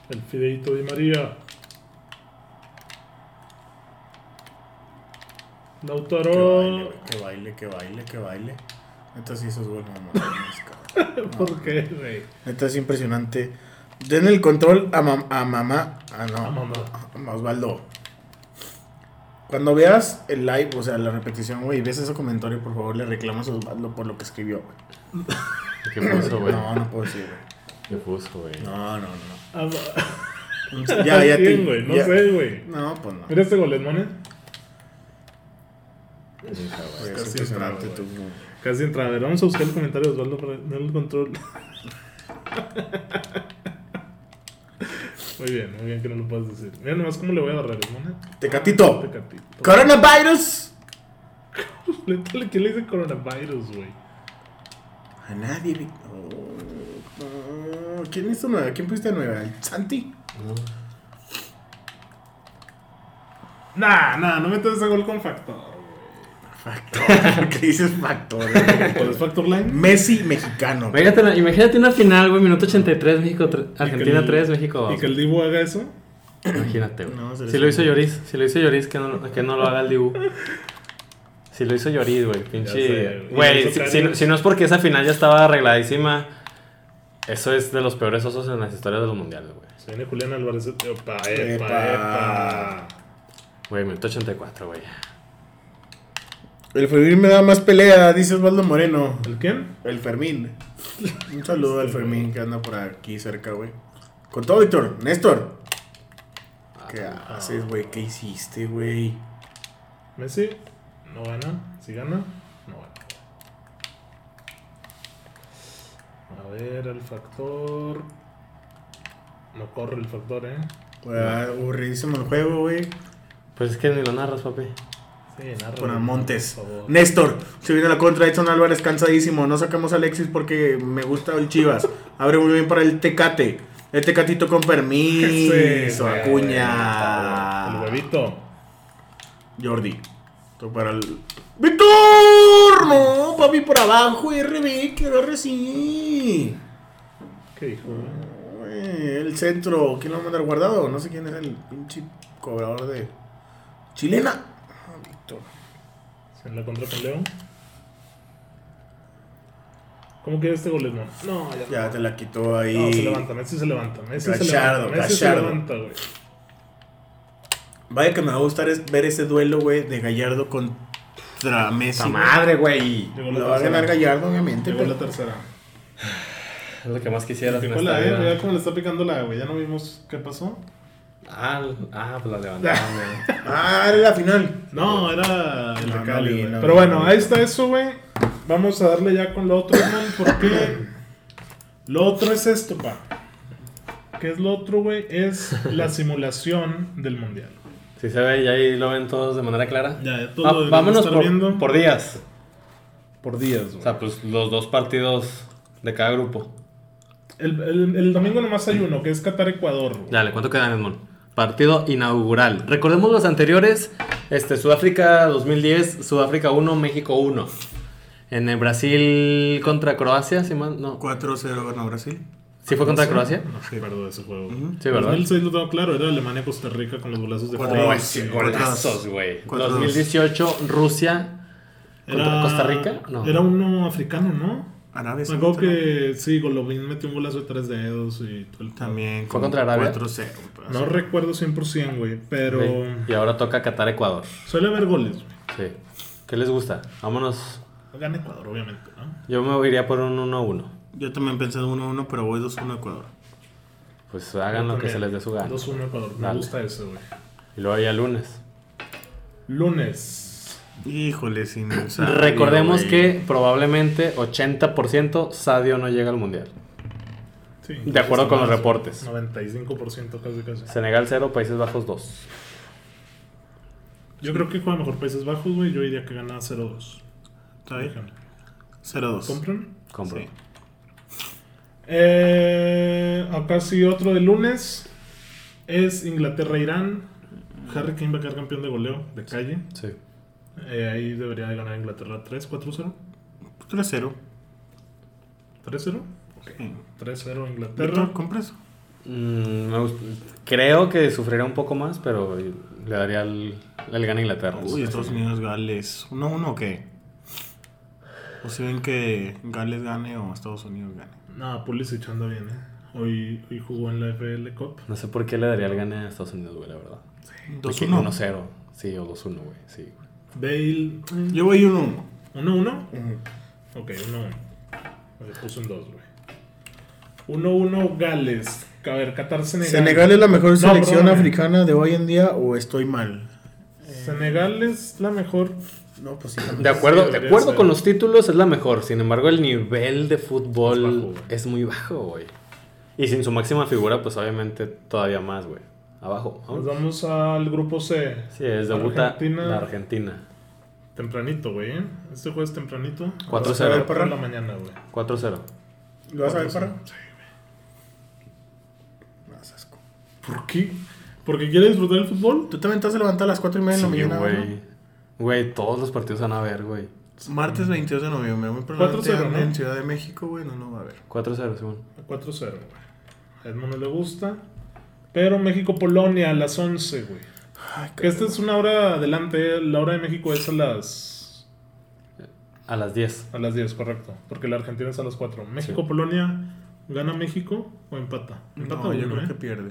Speaker 1: El Fideito Di María.
Speaker 2: Que baile,
Speaker 1: Lautaro.
Speaker 2: güey, que baile, que baile, que baile. Neta sí, esos goles no mames, cabrón.
Speaker 1: ¿Por qué, güey?
Speaker 2: Neta es impresionante. Den el control a, mam- a mamá. Ah, no.
Speaker 1: A mamá.
Speaker 2: a Osvaldo. Cuando veas el live, o sea, la repetición, güey, y ves ese comentario, por favor, le reclamas a Osvaldo por lo que escribió, güey.
Speaker 3: ¿Qué puso, güey?
Speaker 2: No, no puedo decir, güey.
Speaker 3: ¿Qué puso, güey?
Speaker 2: No, no, no.
Speaker 1: Ah,
Speaker 2: Ya,
Speaker 1: [laughs]
Speaker 2: ya te.
Speaker 1: ¿Quién, güey? No
Speaker 2: ya-
Speaker 1: sé, güey.
Speaker 2: No, pues no.
Speaker 1: Mira este gol, Edmone.
Speaker 2: Güey, es
Speaker 1: casi
Speaker 2: impresionante
Speaker 1: entraba,
Speaker 2: tú, güey.
Speaker 1: Casi entra. A ver, vamos a buscar el comentario de Osvaldo para tener el control. [laughs] muy bien, muy bien que no lo puedas decir. Mira nomás cómo le voy a ¿eh, barrer, Edmone.
Speaker 2: Tecatito.
Speaker 1: Tecatito.
Speaker 2: ¡Coronavirus!
Speaker 1: Letal, ¿Qué [laughs] le dice coronavirus, güey?
Speaker 2: A nadie, vi- Oh, oh, ¿Quién hizo nueva? ¿Quién pusiste nueva? ¿El Santi?
Speaker 1: Nah, nah, no metas ese gol con factor, güey.
Speaker 2: [laughs] Factor. ¿Qué dices factor?
Speaker 1: ¿Cuál es factor line?
Speaker 2: Messi mexicano.
Speaker 3: Imagínate, la- imagínate una final, güey, minuto 83, México tre- Argentina 3, México
Speaker 1: Y
Speaker 3: 2.
Speaker 1: que el Dibu haga eso.
Speaker 3: Imagínate, güey.
Speaker 2: No, se les
Speaker 3: si lo hizo
Speaker 2: olvidó.
Speaker 3: Lloris, si lo hizo Lloris, que no, que no lo haga el Dibu. Si lo hizo Lloris, güey,
Speaker 1: sé,
Speaker 3: pinche.
Speaker 1: güey. Y lo
Speaker 3: Güey,
Speaker 1: hizo
Speaker 3: si, si- si no es porque esa final ya estaba arregladísima, eso es de los peores osos en las historias de los mundiales, güey.
Speaker 1: Se viene Julián Álvarez. Epa, epa,
Speaker 2: Epa.
Speaker 1: epa.
Speaker 3: Güey, minuto 84, güey.
Speaker 2: El Fermín me da más pelea, dice Osvaldo Moreno.
Speaker 1: ¿El quién?
Speaker 2: El Fermín. Un saludo al Fermín que anda por aquí cerca, güey. Con todo, Víctor. Néstor. ¿Qué haces, güey? ¿Qué hiciste, güey?
Speaker 1: Messi no gana. Si gana, no gana. A ver, el factor. No corre el factor, eh.
Speaker 2: Güey, Aburridísimo el juego, güey.
Speaker 3: Pues es que ni lo narras, papi.
Speaker 1: Sí, narra.
Speaker 2: Con Montes.
Speaker 1: por favor.
Speaker 2: Néstor. Se viene la contra. Edson Álvarez cansadísimo. No sacamos a Alexis porque me gusta el Chivas. Abre muy bien para el Tecate. El Tecatito con
Speaker 1: Sí,
Speaker 2: permiso.
Speaker 1: güey,
Speaker 2: Acuña.
Speaker 1: El huevito.
Speaker 2: Jordi. Tú para el. ¡Víctor! No, papi, por abajo. RB, quiero RC.
Speaker 1: ¿Qué dijo? güey?
Speaker 2: Eh, El centro. ¿Quién lo va a mandar guardado? No sé quién era el pinche cobrador de. Chilena. Ah, Víctor.
Speaker 1: ¿Se la contra con León? ¿Cómo queda este gol, hermano? No, ya.
Speaker 2: Ya te la quitó ahí.
Speaker 1: No, se levanta, Messi se levanta. Messi se
Speaker 2: Gallardo,
Speaker 1: levanta. Messi se
Speaker 2: Gallardo.
Speaker 1: levanta, güey.
Speaker 2: Vaya que me va a gustar es ver ese duelo, güey, de Gallardo contra Messi. güey.
Speaker 3: güey!
Speaker 1: Llegó la
Speaker 2: Lo va a ganar
Speaker 1: tercera.
Speaker 2: Gallardo, obviamente.
Speaker 1: Llegó
Speaker 2: pero-
Speaker 1: la tercera.
Speaker 3: Es lo que más quisieras en
Speaker 1: Picó
Speaker 3: esta
Speaker 1: la E,
Speaker 3: vida.
Speaker 1: ya como le está picando la E, güey. Ya no vimos qué pasó.
Speaker 3: Ah, ah,
Speaker 1: [laughs]
Speaker 3: pues la levantaron, güey.
Speaker 2: Ah, era
Speaker 3: [laughs]
Speaker 2: la final.
Speaker 1: No, era el
Speaker 2: No,
Speaker 1: de Cali,
Speaker 2: no vi,
Speaker 1: güey.
Speaker 2: no
Speaker 1: Pero
Speaker 2: vi,
Speaker 1: bueno,
Speaker 2: no vi.
Speaker 1: ahí está eso, güey. Vamos a darle ya con lo otro, man, porque lo otro es esto, pa. ¿Qué es lo otro, güey? Es la simulación del mundial.
Speaker 3: Si se ve y ahí lo ven todos de manera clara.
Speaker 1: Ya, ya
Speaker 3: Ah,
Speaker 1: todo lo
Speaker 3: vámonos
Speaker 1: estar
Speaker 3: por,
Speaker 1: viendo
Speaker 3: por días.
Speaker 1: por días,
Speaker 3: O
Speaker 1: güey.
Speaker 3: sea, pues los dos partidos de cada grupo.
Speaker 1: El, el- el domingo nomás hay uno, que es Qatar-Ecuador, güey.
Speaker 3: Dale, ¿cuánto quedan, Edmond? Partido inaugural. Recordemos los anteriores. Este, Sudáfrica 2010, Sudáfrica 1, México 1. En el Brasil contra Croacia, si mal- no.
Speaker 2: 4-0 ganó Brasil.
Speaker 3: ¿Sí fue contra Croacia?
Speaker 1: No me acuerdo de ese juego.
Speaker 3: Sí, ¿verdad?
Speaker 1: 2006 lo tengo claro, era Alemania-Costa Rica con los golazos de
Speaker 2: Cuatro
Speaker 1: Fabio.
Speaker 2: goles, sí, gol.
Speaker 3: Golazos, güey.
Speaker 2: Cuatro, dos.
Speaker 3: 2018, Rusia contra
Speaker 1: Era-
Speaker 3: Costa Rica. No.
Speaker 1: Era uno africano, ¿no?
Speaker 2: Arabia
Speaker 1: Me acuerdo
Speaker 2: Saudita.
Speaker 1: Pues que sí, Golovin metió un golazo de tres dedos y todo el-
Speaker 2: También.
Speaker 3: ¿Fue
Speaker 2: con
Speaker 3: contra Arabia?
Speaker 2: 4-0. pues.
Speaker 1: No recuerdo 100%, güey, pero
Speaker 3: Y ahora toca Qatar-Ecuador.
Speaker 1: suele haber goles. güey.
Speaker 3: Sí. ¿Qué les gusta? Vámonos.
Speaker 1: Gana Ecuador, obviamente, ¿no?
Speaker 3: Yo me iría por un 1-1.
Speaker 2: Yo también pensé en 1-1, pero voy 2-1 Ecuador.
Speaker 3: Pues hagan lo que se les dé su gana.
Speaker 1: 2-1 Ecuador, me
Speaker 3: Dale.
Speaker 1: gusta eso, güey.
Speaker 3: Y luego ya lunes.
Speaker 1: Lunes.
Speaker 2: Híjole, sin usar.
Speaker 3: Recordemos que probablemente 80% Sadio no llega al mundial.
Speaker 1: Sí,
Speaker 3: De acuerdo con los
Speaker 1: más,
Speaker 3: reportes.
Speaker 1: 95% casi casi.
Speaker 3: Senegal 0, Países Bajos 2.
Speaker 1: Yo creo que juega mejor Países Bajos, güey. Yo diría que gana 0-2.
Speaker 2: Está bien.
Speaker 1: Déjame.
Speaker 2: 0-2.
Speaker 1: ¿Compran?
Speaker 3: Compro.
Speaker 2: Sí.
Speaker 1: Eh, acá sí, otro de lunes. Es Inglaterra-Irán. Harry Kane va a quedar campeón de goleo de calle.
Speaker 3: Sí.
Speaker 1: Eh, ahí debería de ganar Inglaterra 3, 4-0.
Speaker 2: 3-0.
Speaker 1: 3-0.
Speaker 2: Sí.
Speaker 1: 3-0 Inglaterra.
Speaker 2: Víctor, ¿compras?
Speaker 3: Mm, me gust- creo que sufrirá un poco más, pero le daría el, el gana a Inglaterra.
Speaker 2: Uy, Estados Unidos, Gales. 1-1 o qué? O si ven que Gales gane o Estados Unidos gane.
Speaker 1: Nada, Pulisic anda bien, eh. Hoy, hoy jugó en la FL Cup.
Speaker 3: No sé por qué le daría el gane a Estados Unidos, güey, la verdad. De que
Speaker 2: 2-1.
Speaker 3: 1-0. Sí, o 2-1, güey. Sí.
Speaker 1: Bale.
Speaker 2: Yo voy 1-1.
Speaker 1: 1-1. Ok, 1-1. Me puso en 2, güey. 1-1 Gales. A ver, Qatar Senegal.
Speaker 2: ¿Senegal es la mejor
Speaker 1: No,
Speaker 2: selección
Speaker 1: perdóname.
Speaker 2: africana de hoy en día o estoy mal?
Speaker 1: Eh, Senegal es la mejor.
Speaker 2: No, pues sí.
Speaker 3: De acuerdo,
Speaker 1: Sí,
Speaker 3: de
Speaker 1: debería
Speaker 3: acuerdo
Speaker 1: ser.
Speaker 3: con los títulos es la mejor. Sin embargo, el nivel de fútbol
Speaker 1: Es
Speaker 3: es,
Speaker 1: bajo, güey.
Speaker 3: muy bajo, güey. Y sin su máxima figura, pues obviamente todavía más, güey. Abajo.
Speaker 1: Nos
Speaker 3: vamos.
Speaker 1: vamos al grupo C.
Speaker 3: Sí, es debuta
Speaker 1: Argentina.
Speaker 3: la Argentina.
Speaker 1: Tempranito, güey. ¿eh? Este juego es tempranito.
Speaker 3: 4-0.
Speaker 1: A las cuatro de la mañana, güey.
Speaker 3: 4-0.
Speaker 2: ¿Lo vas a ver para?
Speaker 1: Sí, güey.
Speaker 2: No, seas co-
Speaker 1: ¿Por qué? ¿Porque quiere disfrutar del fútbol?
Speaker 2: Tú también te vas a levantar a las 4 y media de la
Speaker 3: Sí,
Speaker 2: mañana.
Speaker 3: güey. Güey, todos los partidos van a ver, güey.
Speaker 2: ¿no? Martes 22 de noviembre. Muy probablemente
Speaker 1: 4-0,
Speaker 2: ande
Speaker 1: ¿no?
Speaker 2: en Ciudad de México, güey. No, no va a haber.
Speaker 3: 4-0, Simón.
Speaker 1: 4-0, güey. A Edmond no le gusta. Pero México-Polonia a las 11, güey.
Speaker 2: Ay,
Speaker 1: Que Esta es una hora adelante. ¿eh? La hora de México es a las,
Speaker 3: A las 10.
Speaker 1: a las 10, correcto. Porque la Argentina es a las 4. México-Polonia. ¿Gana México o empata? Empata
Speaker 2: No,
Speaker 1: uno,
Speaker 2: yo creo
Speaker 1: ¿eh?
Speaker 2: que pierde.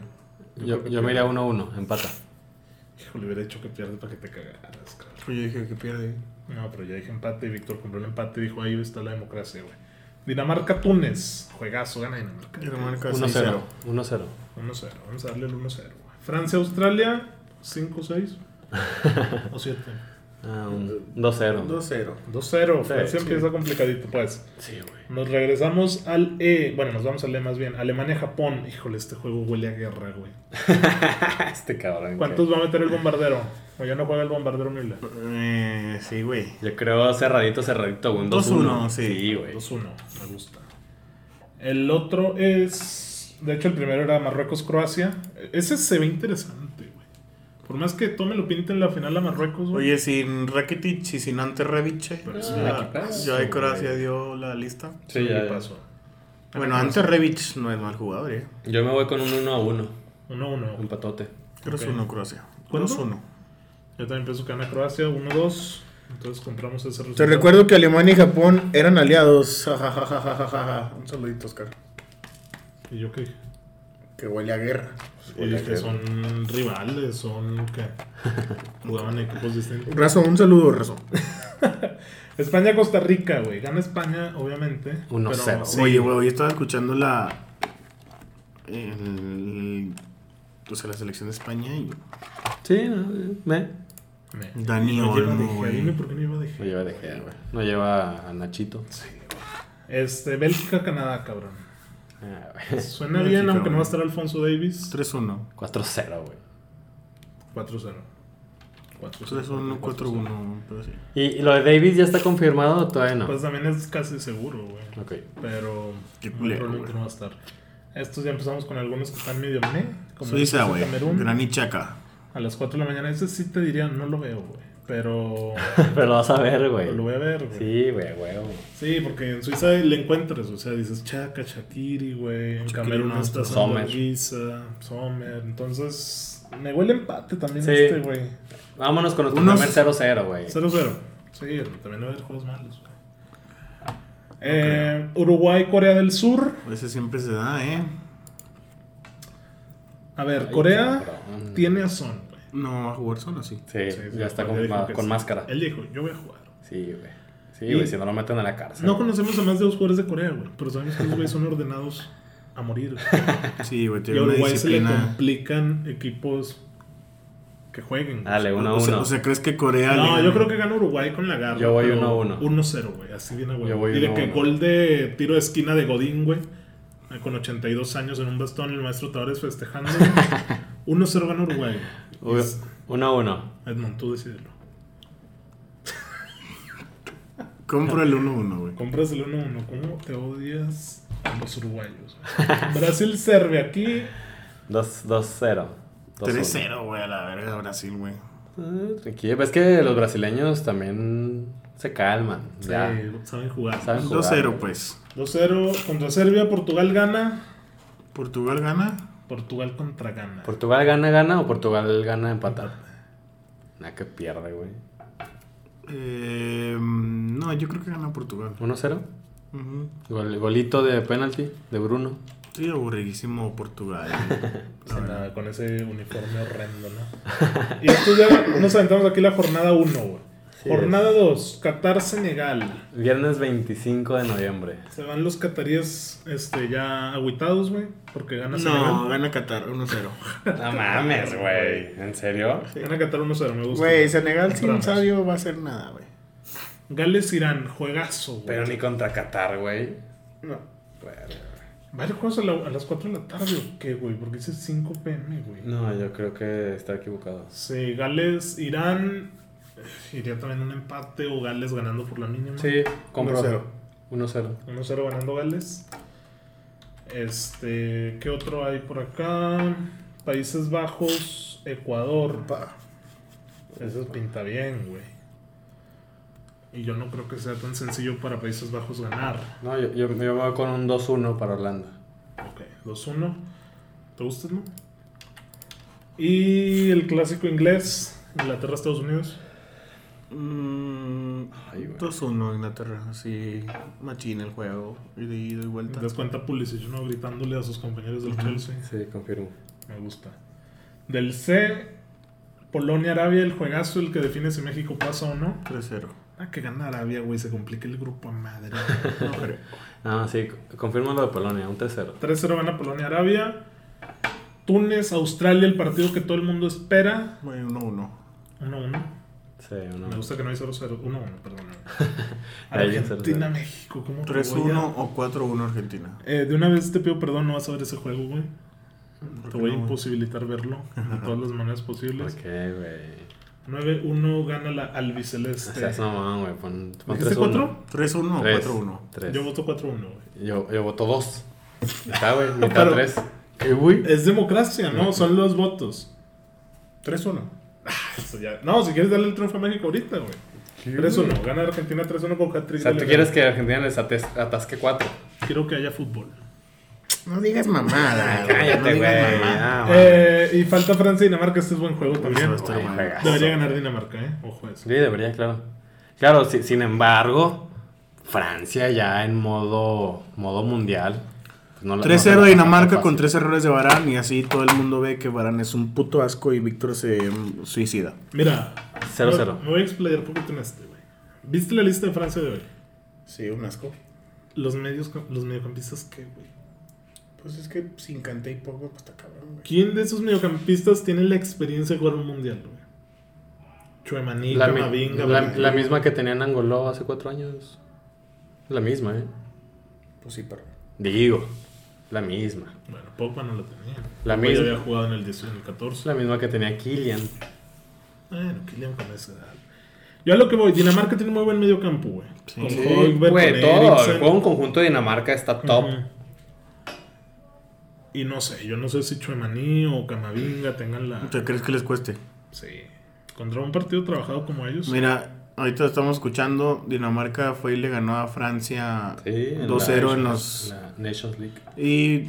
Speaker 1: creo
Speaker 3: Yo,
Speaker 1: que
Speaker 3: yo me iría 1-1, empata.
Speaker 1: Híjole, hubiera dicho que pierde para que te cagaras, cabrón.
Speaker 2: Pues yo dije que pierde.
Speaker 1: No, pero ya dije empate y Víctor compró el empate y dijo, ahí está la democracia, güey. Dinamarca-Túnez. Juegazo, gana Dinamarca.
Speaker 2: Dinamarca
Speaker 3: 1-0.
Speaker 2: 6-0.
Speaker 3: 1-0.
Speaker 1: 1-0, vamos a darle el 1-0, güey. Francia-Australia,
Speaker 3: [laughs]
Speaker 1: 5-6 o 7.
Speaker 3: Ah, un 2-0.
Speaker 2: 2-0.
Speaker 1: 2-0,
Speaker 3: Sí,
Speaker 1: Francia
Speaker 3: sí.
Speaker 1: empieza complicadito, pues.
Speaker 3: Sí, güey.
Speaker 1: Nos regresamos al E, bueno, nos vamos al E más bien. Alemania-Japón. Híjole, este juego huele a guerra, güey.
Speaker 3: [laughs] Este cabrón.
Speaker 1: ¿Cuántos va a meter el bombardero? O ya no juega el bombardero Müller.
Speaker 2: Eh, sí, güey.
Speaker 3: que- Yo creo cerradito, cerradito, güey. un
Speaker 2: 2-1,
Speaker 3: 2-1.
Speaker 2: sí.
Speaker 3: güey.
Speaker 1: 2-1, me gusta. El otro es. De hecho, el primero era Marruecos-Croacia. Ese se ve interesante, güey. Por más que tome lo pinten la final a Marruecos, güey.
Speaker 2: Oye, sin Rakitic y sin Ante eh, Reviche.
Speaker 1: Pero es un
Speaker 2: Ya
Speaker 3: equipazo,
Speaker 2: ya de Croacia
Speaker 3: güey.
Speaker 2: dio la lista.
Speaker 3: Sí, ya, ya.
Speaker 1: pasó.
Speaker 2: Bueno, Ante Revic no es mal jugador, ¿eh?
Speaker 3: Yo me voy con un 1 a 1.
Speaker 1: 1-1.
Speaker 3: Empatote.
Speaker 2: Pero
Speaker 1: Ok.
Speaker 2: es uno Croacia.
Speaker 1: ¿Cuánto?
Speaker 2: 2-1.
Speaker 1: Yo también pienso que gana Croacia, 1-2. Entonces compramos ese resultado.
Speaker 2: Te recuerdo que Alemania y Japón eran aliados. Ja, ja, ja, ja, ja, ja, ja. Un saludito, Oscar.
Speaker 1: ¿Y yo qué dije?
Speaker 2: Que huele a guerra.
Speaker 1: Oye, es que son rivales, son. [laughs] ¿Qué? Jugaban en equipos distintos.
Speaker 2: Razo, un saludo, Razo.
Speaker 1: España-Costa Rica, güey. Gana España, obviamente.
Speaker 3: 1-0.
Speaker 1: pero-
Speaker 3: Sí.
Speaker 2: Oye, güey, yo estaba escuchando la. el- o sea, la selección de España y.
Speaker 3: Sí, no, eh, me.
Speaker 1: Me-
Speaker 2: Dani
Speaker 1: no lleva
Speaker 2: Olmo,
Speaker 1: De Gea,
Speaker 2: güey.
Speaker 1: Dime por qué no iba de Gea.
Speaker 3: No lleva de Gea, güey. No lleva a Nachito.
Speaker 1: Este, Bélgica, Canadá, cabrón.
Speaker 3: Ah, güey. [laughs]
Speaker 1: Suena
Speaker 2: Bélgica,
Speaker 1: bien, aunque no va a
Speaker 2: güey.
Speaker 1: estar Alfonso Davis.
Speaker 2: 3-1.
Speaker 3: 4-0, güey.
Speaker 1: 4-0. 4-0.
Speaker 2: 3-1, 4-1. Pero sí.
Speaker 3: ¿Y, y lo de Davis ya está confirmado o todavía no?
Speaker 1: Pues también es casi seguro, güey.
Speaker 3: ok.
Speaker 1: Pero
Speaker 2: Qué
Speaker 1: muy
Speaker 2: culero,
Speaker 1: probablemente
Speaker 2: güey.
Speaker 1: no va a estar. Estos ya empezamos con algunos que están medio meh. como
Speaker 2: Suiza,
Speaker 1: el
Speaker 2: güey.
Speaker 1: Camerún.
Speaker 2: Granit Xhaka.
Speaker 1: A las 4 de la mañana. Ese sí te diría, no lo veo, güey.
Speaker 2: [laughs]
Speaker 1: Pero
Speaker 3: [laughs] Pero lo vas a ver,
Speaker 1: pero lo
Speaker 3: güey.
Speaker 1: voy a ver, güey. Sí.
Speaker 3: Sí, güey, huevo.
Speaker 1: porque en Suiza le encuentras, o sea, dices Chaca, Shakiri, güey. En
Speaker 2: Shakiri
Speaker 1: Camerún
Speaker 2: no,
Speaker 1: está
Speaker 3: pues, Sommer.
Speaker 1: Sommer. Sommer. Entonces, me huele empate también
Speaker 3: Sí.
Speaker 1: este, güey.
Speaker 3: Vámonos con nuestro
Speaker 2: Unos-
Speaker 3: primer 0-0, güey.
Speaker 1: 0-0. Sí, también va a haber juegos malos. güey. Eh, Uruguay, Corea del Sur.
Speaker 2: Ese siempre se da, ¿eh?
Speaker 1: A ver,
Speaker 3: Ay,
Speaker 1: Corea
Speaker 3: cabrón.
Speaker 1: tiene a Son. güey.
Speaker 2: No va a jugar solo, sí.
Speaker 3: Sí,
Speaker 1: Sí, sí,
Speaker 3: ya está
Speaker 1: él
Speaker 3: con,
Speaker 1: dijo
Speaker 3: ma-
Speaker 1: que
Speaker 3: con
Speaker 1: sí.
Speaker 3: máscara.
Speaker 1: Él dijo, yo voy a jugar.
Speaker 3: Sí, güey. Sí,
Speaker 1: Y-
Speaker 3: güey, si no lo meten a la cárcel.
Speaker 1: No conocemos a más de dos jugadores de Corea, güey. Pero sabemos que los güeyes son ordenados a morir.
Speaker 3: [laughs]
Speaker 1: güey.
Speaker 2: Sí, güey,
Speaker 1: y
Speaker 2: tiene
Speaker 1: a
Speaker 2: una
Speaker 1: Uruguay se le
Speaker 2: disciplina.
Speaker 1: complican equipos que jueguen. güey.
Speaker 3: Dale, 1-1.
Speaker 2: O sea, o sea, ¿crees que Corea.? le
Speaker 1: No,
Speaker 2: gana?
Speaker 1: yo creo que gana Uruguay con la garra.
Speaker 3: Yo voy
Speaker 1: pero
Speaker 3: 1-1.
Speaker 1: 1-0, güey. Así viene,
Speaker 3: Yo voy
Speaker 1: güey. Y de que
Speaker 3: 1-1.
Speaker 1: gol de tiro de esquina de Godín, güey. eh, con 82 años en un bastón, el maestro Tavares festejando.
Speaker 3: [laughs]
Speaker 1: 1-0 gana Uruguay.
Speaker 3: Uy, Uno a uno.
Speaker 1: Edmond, tú decídelo.
Speaker 2: Compro el 1-1, güey.
Speaker 1: Compras el 1-1. ¿Cómo te odias a los uruguayos?
Speaker 3: [laughs]
Speaker 1: Brasil, Serbia. Aquí
Speaker 3: 2-0.
Speaker 2: 3-0, güey, a la verga, Brasil, güey.
Speaker 3: Eh, Tranquilo, ves que los brasileños también se calman. Ya.
Speaker 1: eh, saben jugar.
Speaker 3: Saben jugar.
Speaker 2: 2-0, pues.
Speaker 1: 2-0 contra Serbia. Portugal gana.
Speaker 2: Portugal gana.
Speaker 1: Portugal contra Ghana.
Speaker 3: ¿Portugal gana, gana o Portugal gana empatar? Nah, que pierde, güey.
Speaker 2: Eh, no, yo creo que gana Portugal.
Speaker 3: 1-0.
Speaker 2: Ujú.
Speaker 3: Gol- golito de penalti de Bruno.
Speaker 2: Sí, aburridísimo Portugal.
Speaker 1: Sí, nada, con ese uniforme horrendo, ¿no? Y esto ya nos aventamos aquí la jornada 1, güey.
Speaker 3: Sí,
Speaker 1: jornada 2, Qatar-Senegal.
Speaker 3: Viernes 25 de noviembre.
Speaker 1: Se van los cataríes este, ya agüitados, güey, porque gana
Speaker 2: no,
Speaker 1: Senegal.
Speaker 2: gana Qatar, 1-0.
Speaker 3: No mames, güey. ¿En serio?
Speaker 1: Gana Qatar 1-0, me gusta.
Speaker 2: Güey, Senegal sin
Speaker 1: Ramos.
Speaker 2: sabio va a hacer nada, güey.
Speaker 1: Gales-Irán, juegazo, güey.
Speaker 3: Pero ni contra Qatar, güey.
Speaker 1: No.
Speaker 3: Bueno.
Speaker 1: Varios juegos a, la- a las 4 de la tarde, ¿o qué, güey? Porque dice 5 pm, güey.
Speaker 3: No, yo creo que está equivocado.
Speaker 1: Sí, Gales-Irán. eh, Iría también un empate o Gales ganando por la mínima.
Speaker 3: Sí, compro.
Speaker 2: 1-0.
Speaker 3: 1-0.
Speaker 1: 1-0 ganando Gales. Este, ¿qué otro hay por acá? Países Bajos, Ecuador. Eso pinta bien, güey. Y yo no creo que sea tan sencillo para Países Bajos ganar.
Speaker 3: No, yo, yo, yo voy con un 2-1 para Holanda.
Speaker 1: Ok, 2-1. ¿Te gustas, no? Y el clásico inglés, Inglaterra, Estados Unidos.
Speaker 2: Mm,
Speaker 3: Ay, güey.
Speaker 2: 2-1 Inglaterra, sí. Machina el juego. Y de ida y
Speaker 1: ¿Te
Speaker 2: vuelta.
Speaker 1: das cuenta Pulisic, no? Gritándole a sus compañeros del Chelsea.
Speaker 3: Sí, confirmo.
Speaker 1: Me gusta. Del C, Polonia, Arabia, el juegazo, el que define si México pasa o no.
Speaker 2: 3-0.
Speaker 1: Ah, que gana Arabia, güey, se complica el grupo a
Speaker 3: [laughs]
Speaker 1: madre.
Speaker 2: No creo.
Speaker 3: Ah, sí, confirmo lo de Polonia, un 3-0.
Speaker 1: 3-0 gana Polonia, Arabia. Túnez, Australia, el partido que todo el mundo espera.
Speaker 2: Güey, 1-1.
Speaker 1: 1-1.
Speaker 3: Sí, uno.
Speaker 1: Me gusta que no hay 0-0. 1-1, perdón.
Speaker 3: [laughs] Ahí ya
Speaker 1: Argentina, México, ¿cómo te voy a-
Speaker 2: 3-1 o 4-1 Argentina.
Speaker 1: Eh, de una vez te pido perdón, no vas a ver ese juego, güey.
Speaker 2: ¿Por
Speaker 1: Te
Speaker 2: qué
Speaker 1: voy a
Speaker 2: no?
Speaker 1: imposibilitar verlo
Speaker 2: [laughs]
Speaker 1: de todas las maneras
Speaker 3: ¿Por
Speaker 1: posibles.
Speaker 3: qué, güey?
Speaker 1: 9-1 gana la
Speaker 3: O
Speaker 1: albiceleste.
Speaker 3: sea, no mamón, güey. Pon, pon
Speaker 1: ¿Dijiste
Speaker 3: 3-1.
Speaker 1: 4?
Speaker 2: 3-1 o
Speaker 3: 3,
Speaker 2: 4-1.
Speaker 3: 3.
Speaker 1: Yo voto 4-1, güey.
Speaker 3: Yo, yo voto 2.
Speaker 1: [laughs]
Speaker 3: Está, güey, mitad
Speaker 1: Pero-
Speaker 3: 3. ¿Qué, güey?
Speaker 1: Es democracia, ¿no? Son los votos. Ah,
Speaker 2: 3-1.
Speaker 1: Eso ya- No, si quieres darle el triunfo a México ahorita, güey. 3-1. Gana Argentina 3-1 con hat
Speaker 3: O sea, ¿tú quieres que Argentina les ates- atasque 4?
Speaker 1: Quiero que haya fútbol.
Speaker 2: No digas
Speaker 3: [laughs]
Speaker 2: mamada. güey, no
Speaker 3: Cállate,
Speaker 2: digas
Speaker 3: güey.
Speaker 2: mamada.
Speaker 3: Ah,
Speaker 1: Eh, y falta Francia y Dinamarca. Este es buen juego
Speaker 2: Eso
Speaker 1: también.
Speaker 2: va a estar
Speaker 3: Pues, Ay,
Speaker 2: bueno.
Speaker 3: juegazo.
Speaker 1: Debería ganar Dinamarca, ¿eh? Ojo a eso.
Speaker 3: Sí, debería, claro. Claro, si- sin embargo, Francia ya en modo, modo mundial. pues no la- no
Speaker 2: 3-0
Speaker 3: la-
Speaker 2: Dinamarca con
Speaker 3: fácil.
Speaker 2: 3 errores de Varane y así todo el mundo ve que Varane es un puto asco y Víctor se mm, suicida.
Speaker 1: Mira.
Speaker 3: 0-0.
Speaker 1: Me me voy a explayar poquito en este, güey. ¿Viste la lista de Francia de hoy?
Speaker 2: Sí, un asco.
Speaker 1: Los medios, los mediocampistas, ¿qué, güey?
Speaker 2: Pues es que sin Kanté y Pogba pues está cabrón, güey.
Speaker 1: ¿Quién de esos mediocampistas tiene la experiencia de jugar un mundial, güey? Chuemaní,
Speaker 3: La, mi-
Speaker 1: Camavinga,
Speaker 3: la-
Speaker 1: güey.
Speaker 3: la misma que tenían Angoló hace cuatro años. La misma, ¿eh?
Speaker 2: Pues sí, pero...
Speaker 3: Digo, la misma.
Speaker 1: Bueno, Pogba no lo tenía.
Speaker 3: La
Speaker 1: Pogba
Speaker 3: misma.
Speaker 1: Ya había jugado en el 18 y en el 14.
Speaker 3: La misma que tenía Kylian.
Speaker 1: Bueno, Kylian con esa edad. Yo a lo que voy, Dinamarca tiene muy buen medio campo, güey.
Speaker 2: Sí.
Speaker 1: Con
Speaker 2: Sí,
Speaker 1: Højbjerg,
Speaker 3: Güey,
Speaker 1: con
Speaker 3: todo.
Speaker 1: Eriksen.
Speaker 3: El juego en conjunto de Dinamarca está top.
Speaker 1: Ujú. Y no sé, yo no sé si Chuemaní o Camavinga tengan la...
Speaker 2: ¿Te crees que les cueste?
Speaker 1: Sí. Contra un partido trabajado como ellos.
Speaker 2: Mira, ahorita estamos escuchando, Dinamarca fue y le ganó a Francia
Speaker 3: Sí, en la-
Speaker 2: 2-0 en los...
Speaker 3: La Nations League.
Speaker 2: Y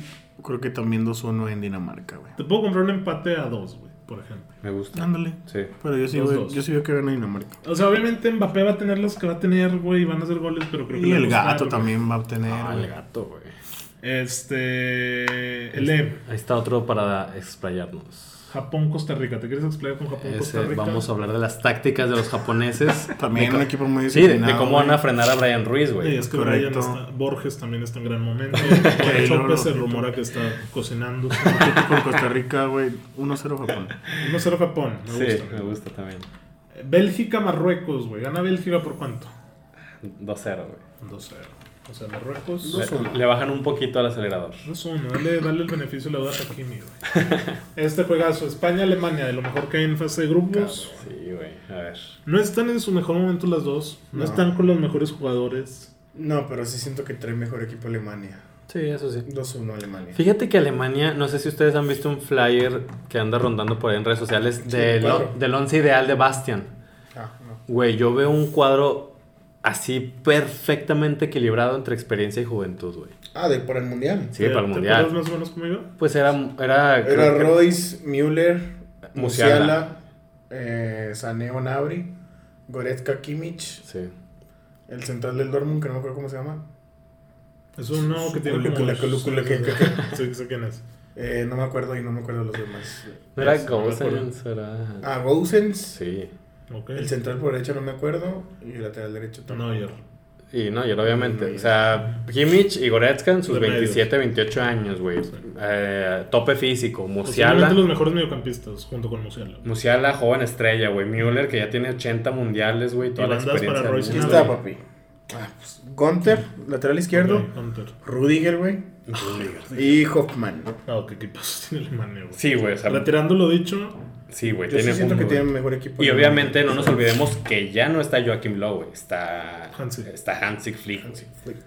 Speaker 2: creo que también 2-1 en Dinamarca, güey.
Speaker 1: Te puedo comprar un empate a dos, güey, por ejemplo.
Speaker 3: Me gusta.
Speaker 2: Ándale.
Speaker 3: Sí.
Speaker 2: Pero yo sí,
Speaker 1: Dos,
Speaker 2: veo-
Speaker 1: dos.
Speaker 2: yo sí veo que gana Dinamarca.
Speaker 1: O sea, obviamente Mbappé va a tener los que va a tener, güey, y van a hacer goles, pero creo que...
Speaker 2: Y
Speaker 1: le
Speaker 2: el
Speaker 1: gusta,
Speaker 2: gato
Speaker 1: güey.
Speaker 2: también va a obtener.
Speaker 3: Ah,
Speaker 2: güey.
Speaker 3: el gato, güey.
Speaker 1: Este... El E.
Speaker 3: Ahí está otro para explayarnos.
Speaker 1: Japón-Costa Rica. ¿Te quieres explicar con Japón-Costa
Speaker 3: Ese,
Speaker 1: pues, Rica?
Speaker 3: Este, vamos a hablar de las tácticas de los japoneses.
Speaker 2: [laughs] También
Speaker 3: De
Speaker 2: un
Speaker 3: co-
Speaker 2: equipo muy
Speaker 3: Sí, de, de
Speaker 2: disciplinado,
Speaker 3: cómo van
Speaker 2: [laughs]
Speaker 3: a
Speaker 2: güey.
Speaker 3: frenar a Brian Ruiz,
Speaker 1: Sí,
Speaker 3: güey.
Speaker 1: es que
Speaker 2: Correcto.
Speaker 1: Brian está- Borges también está en gran momento.
Speaker 2: Taylor,
Speaker 1: Chope se
Speaker 2: ojito.
Speaker 1: rumora que está cocinando.
Speaker 2: Con Costa Rica, güey. 1-0 Japón.
Speaker 1: 1-0 Japón. Me
Speaker 3: Sí,
Speaker 1: gusta.
Speaker 3: me gusta también.
Speaker 1: Bélgica, Marruecos, güey. ¿Gana Bélgica por cuánto?
Speaker 3: 2-0, güey.
Speaker 1: 2-0. O sea, Marruecos.
Speaker 2: Dos uno.
Speaker 3: Le bajan un poquito al acelerador.
Speaker 1: 2-1, dale, dale el beneficio de la duda a Hakimi, güey. Este juegazo, España-Alemania, de lo mejor que hay en fase de grupos.
Speaker 3: Sí, güey. A ver.
Speaker 1: No están en su mejor momento las dos, no,
Speaker 2: No.
Speaker 1: están con los mejores jugadores.
Speaker 2: No, pero sí siento que trae mejor equipo Alemania.
Speaker 3: Sí, eso sí.
Speaker 2: 2-1 Alemania.
Speaker 3: Fíjate que Alemania, no sé si ustedes han visto un flyer que anda rondando por ahí en redes sociales
Speaker 2: Sí,
Speaker 3: del,
Speaker 2: claro.
Speaker 3: del once ideal de Bastian.
Speaker 2: Ah, no.
Speaker 3: Güey, yo veo un cuadro así perfectamente equilibrado entre experiencia y juventud, güey.
Speaker 2: Ah, de para el mundial.
Speaker 3: Sí, para el
Speaker 1: ¿Te
Speaker 3: mundial.
Speaker 1: acuerdas más o menos conmigo?
Speaker 3: Pues era. Era,
Speaker 2: Era
Speaker 3: creo que-
Speaker 2: Royce, Müller,
Speaker 3: Musiala.
Speaker 2: Musiala, eh, Sané Onabri, Goretzka Kimmich,
Speaker 3: Sí.
Speaker 2: el central del Dortmund, que no me acuerdo cómo se llama.
Speaker 1: Es uno que tiene como...
Speaker 2: Culu, culu, culu, que- que- que-
Speaker 1: [laughs] Sí, sé quién es.
Speaker 2: Eh, no me acuerdo y no me acuerdo los demás.
Speaker 3: No era
Speaker 1: Ese, no me
Speaker 3: Gosens, era.
Speaker 2: Ah, Gosens,
Speaker 3: Sí.
Speaker 1: Ok.
Speaker 2: el central por derecha no me acuerdo y el lateral derecho también.
Speaker 1: Neuer.
Speaker 3: Y no, yo obviamente.
Speaker 2: Mm.
Speaker 3: O sea, Kimmich y Goretzka en sus
Speaker 1: De medios.
Speaker 3: 27, 28 años, güey.
Speaker 1: Sí.
Speaker 3: Eh, tope físico. Musiala.
Speaker 1: Posiblemente Pues, los mejores mediocampistas, junto con Musiala.
Speaker 3: Musiala, joven estrella, güey. Müller, que ya tiene 80 mundiales, güey. Toda
Speaker 1: Y
Speaker 3: la
Speaker 1: bandas
Speaker 3: experiencia.
Speaker 1: para
Speaker 3: del
Speaker 1: Royce.
Speaker 2: Aquí
Speaker 3: mundo.
Speaker 2: está, papi. Ah, pues, Gunter, lateral izquierdo.
Speaker 1: Ok, Hunter.
Speaker 2: Rudiger, güey. Y Hoffman.
Speaker 1: No, Ah, qué equipos [laughs] tiene Alemania, güey.
Speaker 3: Sí, güey. O sea,
Speaker 1: Retirando lo dicho,
Speaker 3: sí, güey.
Speaker 2: Yo sí
Speaker 3: tiene
Speaker 2: siento
Speaker 3: un-
Speaker 2: que tienen mejor equipo.
Speaker 3: Y obviamente no nos olvidemos que ya no está Joaquim Lowe, güey. Está,
Speaker 1: Hansi.
Speaker 3: está Hansik Flick, güey,
Speaker 2: Flick.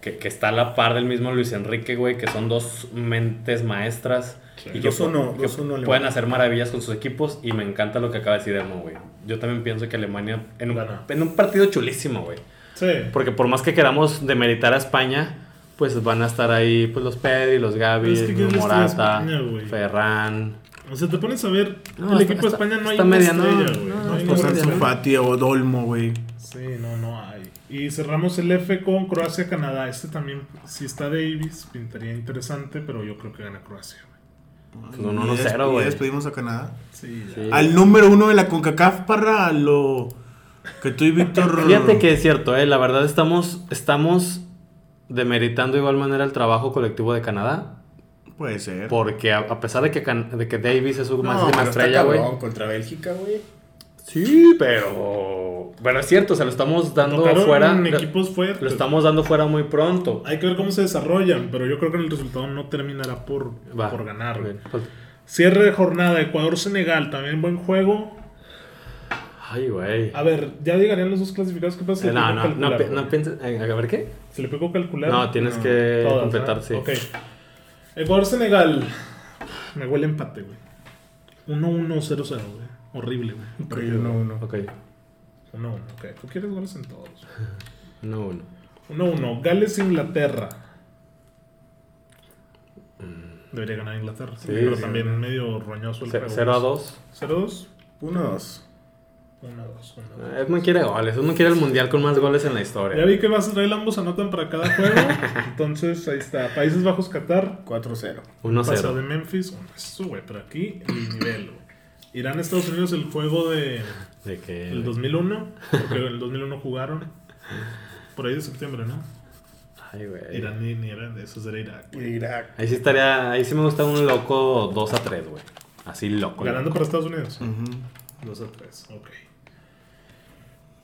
Speaker 3: que, que está a la par del mismo Luis Enrique, güey, que son dos mentes maestras
Speaker 1: Sí.
Speaker 3: y que,
Speaker 2: Dos uno,
Speaker 3: que
Speaker 2: dos uno Alemania.
Speaker 3: pueden hacer maravillas con sus equipos. Y me encanta lo que acaba de decir Erno, güey. Yo también pienso que Alemania, en un,
Speaker 1: Gana.
Speaker 3: en un partido chulísimo, güey.
Speaker 1: sí.
Speaker 3: Porque por más que queramos demeritar a España, pues van a estar ahí pues los Pedri, los Gavi,
Speaker 1: Pero es que ¿quién les trae a
Speaker 3: Morata,
Speaker 1: España, güey?
Speaker 3: Ferran.
Speaker 1: O sea, te pones a ver,
Speaker 3: No,
Speaker 1: el
Speaker 3: está-
Speaker 1: equipo de
Speaker 3: está-
Speaker 1: España no hay
Speaker 3: está
Speaker 1: una
Speaker 3: mediano,
Speaker 1: estrella, güey.
Speaker 3: no,
Speaker 1: No hay
Speaker 3: está
Speaker 1: ninguna
Speaker 3: San
Speaker 1: estrella.
Speaker 2: Fati o Dolmo, güey.
Speaker 1: Sí, no, no hay. Y cerramos el F con Croacia-Canadá. Este también, si está Davis, pintaría interesante, pero yo creo que gana Croacia. güey.
Speaker 3: Pues un 1-0, güey.
Speaker 2: Ya despedimos a Canadá.
Speaker 1: Sí,
Speaker 3: Sí.
Speaker 2: Al número uno de la CONCACAF para lo que tú y Víctor...
Speaker 3: [laughs] Fíjate que es cierto, eh, la verdad estamos, estamos demeritando de igual manera el trabajo colectivo de Canadá.
Speaker 2: Puede ser.
Speaker 3: Porque a, a pesar de que, Can- de que Davis es su
Speaker 2: No,
Speaker 3: máxima
Speaker 2: pero está
Speaker 3: estrella, güey.
Speaker 2: cabrón, Contra Bélgica, güey.
Speaker 3: Sí, pero. Pero es cierto, o sea, lo estamos dando
Speaker 1: Tocaron
Speaker 3: fuera.
Speaker 1: en
Speaker 3: Lo,
Speaker 1: equipos fuertes.
Speaker 3: lo estamos dando fuera muy pronto.
Speaker 1: Hay que ver cómo se desarrollan, pero yo creo que el resultado no terminará por,
Speaker 3: Va.
Speaker 1: por ganar. güey.
Speaker 3: Pues-
Speaker 1: Cierre de jornada, Ecuador-Senegal, también buen juego.
Speaker 3: Ay, güey.
Speaker 1: A ver, ya llegarían los dos clasificados. ¿Qué pasa? si
Speaker 3: Eh,
Speaker 1: le
Speaker 3: No,
Speaker 1: pico
Speaker 3: no, no,
Speaker 1: calcular,
Speaker 3: pi-
Speaker 1: güey?
Speaker 3: no pienses. eh, A ver qué.
Speaker 1: ¿Se le pegó calcular?
Speaker 3: No, tienes
Speaker 2: no.
Speaker 3: que
Speaker 1: Todas,
Speaker 3: completar,
Speaker 1: ¿no?
Speaker 3: sí.
Speaker 1: Ok. Ecuador-Senegal. Me huele empate, güey. 1-1-0-0, güey. Horrible, güey.
Speaker 2: Ok, uno, uno.
Speaker 3: Ok.
Speaker 1: 1-1, ok. Tú quieres goles en todos.
Speaker 3: No, uno.
Speaker 1: 1-1. Gales-Inglaterra. Debería ganar Inglaterra.
Speaker 3: Sí,
Speaker 1: pero
Speaker 3: sí.
Speaker 1: también medio roñoso el
Speaker 3: Ce-
Speaker 1: juego.
Speaker 3: 0 a 2.
Speaker 1: 0-2.
Speaker 2: Uno, dos.
Speaker 1: 1-2. 1-2.
Speaker 3: Edmund quiere goles. Edmund quiere el mundial con más goles en la historia.
Speaker 1: Ya vi que vas a traer ambos anotan para cada
Speaker 3: [laughs]
Speaker 1: juego. Entonces, ahí está. Países Bajos, Qatar.
Speaker 2: 4-0.
Speaker 1: Pasado
Speaker 3: 1-0.
Speaker 1: de Memphis. Un eso, güey. Pero aquí el nivel, güey. Irán, Estados Unidos, el juego de,
Speaker 3: De que.
Speaker 1: del 2001.
Speaker 3: [laughs]
Speaker 1: Porque en el 2001 jugaron. Por ahí de septiembre, ¿no?
Speaker 3: Ay, güey.
Speaker 1: Irán ni, ni era de esos, era Irak. güey.
Speaker 2: Irak.
Speaker 3: Ahí sí estaría, ahí sí me gusta un loco 2 a 3, güey. Así loco.
Speaker 1: Ganando para Estados Unidos.
Speaker 2: Ujú.
Speaker 1: 2 a 3, ok.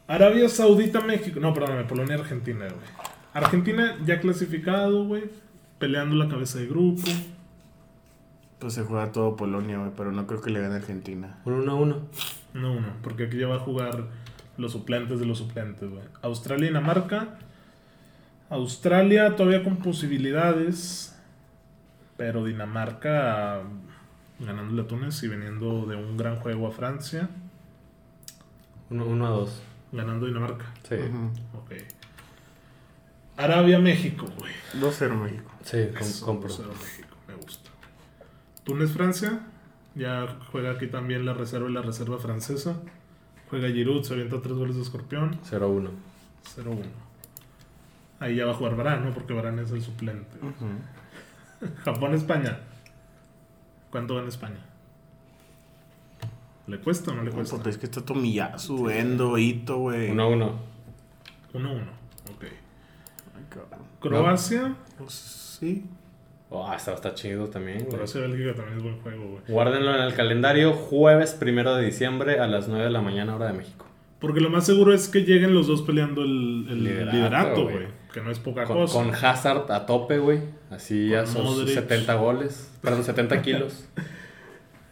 Speaker 1: Arabia Saudita, México. No, perdóname, Polonia, Argentina, güey. Argentina ya clasificado, güey. Peleando la cabeza de grupo.
Speaker 2: Pues se juega todo Polonia, güey, pero no creo que le gane Argentina.
Speaker 3: Un 1 a 1.
Speaker 1: No, no, porque aquí ya va a jugar los suplentes de los suplentes, güey. Australia, Dinamarca. Australia todavía con posibilidades. Pero Dinamarca ah, ganándole a Túnez y viniendo de un gran juego a Francia.
Speaker 3: 1, 1 a 2.
Speaker 1: Ganando Dinamarca.
Speaker 3: Sí.
Speaker 2: Ujú.
Speaker 1: Ok. Arabia, México, güey.
Speaker 2: 2-0 México.
Speaker 3: Sí, com-
Speaker 1: Eso,
Speaker 3: compro.
Speaker 1: cero México, me gusta. Túnez, Francia. Ya juega aquí también la reserva y la reserva francesa. Juega Giroud, se avienta tres goles de escorpión.
Speaker 3: 0 a 1.
Speaker 1: 0-1. Ahí ya va a jugar Varane, ¿no? Porque Varane es el suplente. Japón, España. ¿Cuánto gana España? ¿Le cuesta o no le
Speaker 2: Pues
Speaker 1: cuesta? 1-1.
Speaker 2: es que está Tomiyasu, Endo, Ito, güey.
Speaker 3: 1 a 1.
Speaker 1: Ok.
Speaker 2: Ay, cabrón.
Speaker 1: Croacia.
Speaker 2: Pues sí.
Speaker 3: Ah, esta está chido también, güey.
Speaker 1: Croacia, Bélgica también es buen juego, güey.
Speaker 3: Guárdenlo en el calendario jueves 1 de diciembre a las 9 de la mañana hora de México.
Speaker 1: Porque lo más seguro es que lleguen los dos peleando el, el liderato, güey. que no es poca
Speaker 3: Con,
Speaker 1: cosa.
Speaker 3: con Hazard a tope, güey. Así
Speaker 1: Con
Speaker 3: a sus
Speaker 1: Modric.
Speaker 3: 70 goles. Perdón,
Speaker 1: [laughs]
Speaker 3: 70 kilos.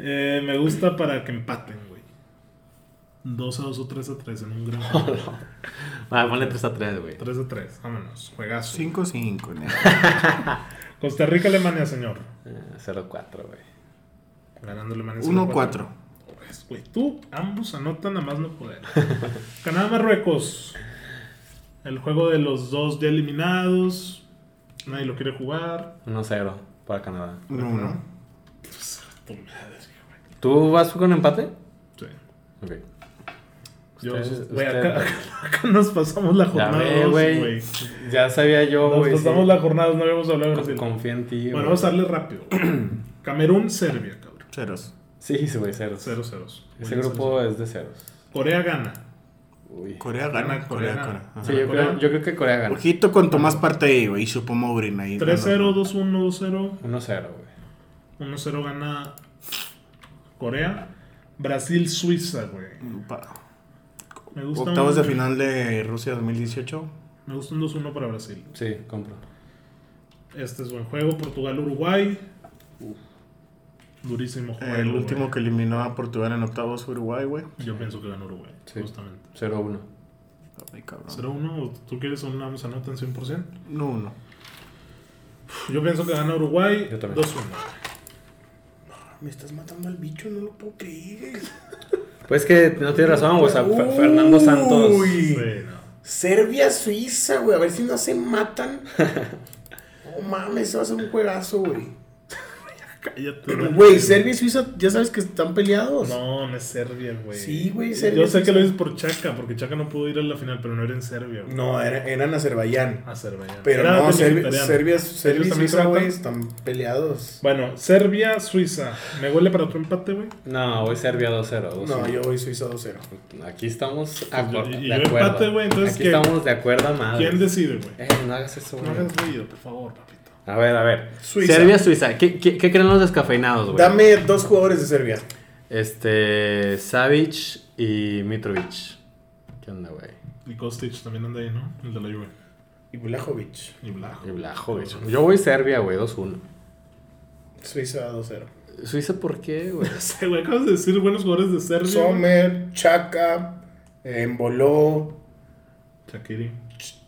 Speaker 1: Eh, me gusta para que empaten, güey. 2 a 2 o 3 a 3 en un gran juego.
Speaker 3: Ah, ponle 3 a 3, güey.
Speaker 1: 3 a 3, vámonos. Juegazo.
Speaker 2: 5-5, neta.
Speaker 1: Costa Rica, Alemania, señor.
Speaker 3: Eh, 0-4, güey.
Speaker 1: Ganando Alemania.
Speaker 2: 1-4.
Speaker 1: Pues, güey, tú, ambos anotan a más no poder. [laughs] Canadá, Marruecos. El juego de los dos ya eliminados. Nadie lo quiere jugar.
Speaker 3: 1-0 para Canadá.
Speaker 2: 1-1.
Speaker 1: Pues, a tu madre, güey.
Speaker 3: ¿Tú vas con empate?
Speaker 1: Sí.
Speaker 3: Ok.
Speaker 1: Yo,
Speaker 3: Usted-
Speaker 1: güey,
Speaker 3: usted-
Speaker 1: acá, [laughs] acá nos pasamos la
Speaker 3: Ya
Speaker 1: jornada
Speaker 3: ve,
Speaker 1: 2,
Speaker 3: güey. Ya sabía yo,
Speaker 1: Nos
Speaker 3: güey.
Speaker 1: pasamos
Speaker 3: sí.
Speaker 1: la jornada, no habíamos hablado de
Speaker 3: Con-
Speaker 1: Brasil.
Speaker 3: Confía en ti,
Speaker 1: Bueno,
Speaker 3: güey.
Speaker 1: vamos a darle
Speaker 3: [clears throat]
Speaker 1: rápido. Camerún, Serbia, cabrón.
Speaker 2: Ceros.
Speaker 3: Sí, sí, güey, ceros.
Speaker 1: 0 ceros.
Speaker 3: Ese
Speaker 1: Muy
Speaker 3: grupo
Speaker 1: bien,
Speaker 3: es de ceros.
Speaker 1: ceros. Corea gana.
Speaker 3: Uy.
Speaker 2: Corea gana.
Speaker 1: Gana,
Speaker 2: Corea,
Speaker 1: Corea.
Speaker 2: Corea. Ajá.
Speaker 3: Sí, yo
Speaker 1: Corea.
Speaker 3: creo, yo creo que Corea gana.
Speaker 2: Ojito con Tomás Partey, güey. Y Chupomobrin ahí.
Speaker 1: 3-0, 2-1, 2-0.
Speaker 3: 1-0, güey.
Speaker 1: 1-0 gana Corea. Brasil, Suiza, güey.
Speaker 2: Pa-
Speaker 1: Me gusta
Speaker 2: Octavos
Speaker 1: un-
Speaker 2: de final de Rusia 2018.
Speaker 1: Me gusta un 2-1 para Brasil.
Speaker 3: Sí, compro.
Speaker 1: Este es buen juego. Portugal, Uruguay. Durísimo juego.
Speaker 2: el
Speaker 1: güey.
Speaker 2: último que eliminó a Portugal en octavos fue Uruguay, güey.
Speaker 1: Yo pienso que gana Uruguay,
Speaker 3: Sí.
Speaker 1: justamente.
Speaker 3: 0-1.
Speaker 2: Ay, cabrón.
Speaker 1: 0-1, ¿O ¿tú quieres un vamos a nota en 100%?
Speaker 2: No, uno.
Speaker 1: Yo pienso que gana Uruguay
Speaker 3: Yo
Speaker 1: 2-1.
Speaker 3: también.
Speaker 2: Me estás matando al bicho, no lo puedo creer.
Speaker 3: Pues que no tienes razón, güey. O sea, Fer- Fernando Santos.
Speaker 1: Sí,
Speaker 2: Uy.
Speaker 1: no.
Speaker 2: Serbia, Suiza, güey. A ver si no se
Speaker 3: [laughs]
Speaker 2: matan. oh, mames, se va a hacer un juegazo, güey.
Speaker 1: Cállate.
Speaker 2: Güey, Serbia y Suiza, ya sabes que están peleados.
Speaker 1: No, no es Serbia, güey. Eh,
Speaker 2: Sí, güey, Serbia.
Speaker 1: Yo sé que lo dices por Chaca, porque Chaca no pudo ir a la final, pero no era en Serbia, güey.
Speaker 2: No, era- eran Azerbaiyán.
Speaker 1: Azerbaiyán.
Speaker 2: Pero
Speaker 1: Era
Speaker 2: no, Serbia,
Speaker 1: vegetariano.
Speaker 2: Serbia,
Speaker 1: Ellos
Speaker 2: Serbia y
Speaker 1: también
Speaker 2: Suiza,
Speaker 1: tratan-
Speaker 2: güey, están peleados.
Speaker 1: Bueno, Serbia, Suiza. ¿Me huele para otro empate, güey?
Speaker 3: No, güey, Serbia 2-0. 2-1.
Speaker 2: No, yo voy Suiza 2-0.
Speaker 3: Aquí estamos acor-
Speaker 1: Y- y
Speaker 3: de
Speaker 1: yo
Speaker 3: acuerdo.
Speaker 1: empate, güey, entonces,
Speaker 3: Aquí
Speaker 1: ¿qué?
Speaker 3: estamos de acuerdo a madre.
Speaker 1: ¿Quién decide, güey?
Speaker 3: Eh, no hagas eso,
Speaker 1: No
Speaker 3: güey.
Speaker 1: hagas ruido, por favor, papito.
Speaker 3: A ver, a ver.
Speaker 2: Suiza.
Speaker 3: Serbia, Suiza. ¿Qué, qué, qué creen los descafeinados, güey?
Speaker 2: Dame dos jugadores de Serbia.
Speaker 3: Este. Savic y Mitrovic. ¿Qué onda, güey?
Speaker 1: Y Kostic también anda ahí, ¿no? El de la Juve.
Speaker 2: Y Blajovic.
Speaker 1: Y Blajo.
Speaker 3: Y Blajo, güey. Yo voy Serbia, güey, 2-1.
Speaker 2: Suiza 2-0.
Speaker 3: Suiza, ¿por qué, güey?
Speaker 1: No [laughs] sé, güey, acabas de decir buenos jugadores de Serbia. güey.
Speaker 2: Sommer, Chaka, eh, Emboló.
Speaker 1: Shaqiri.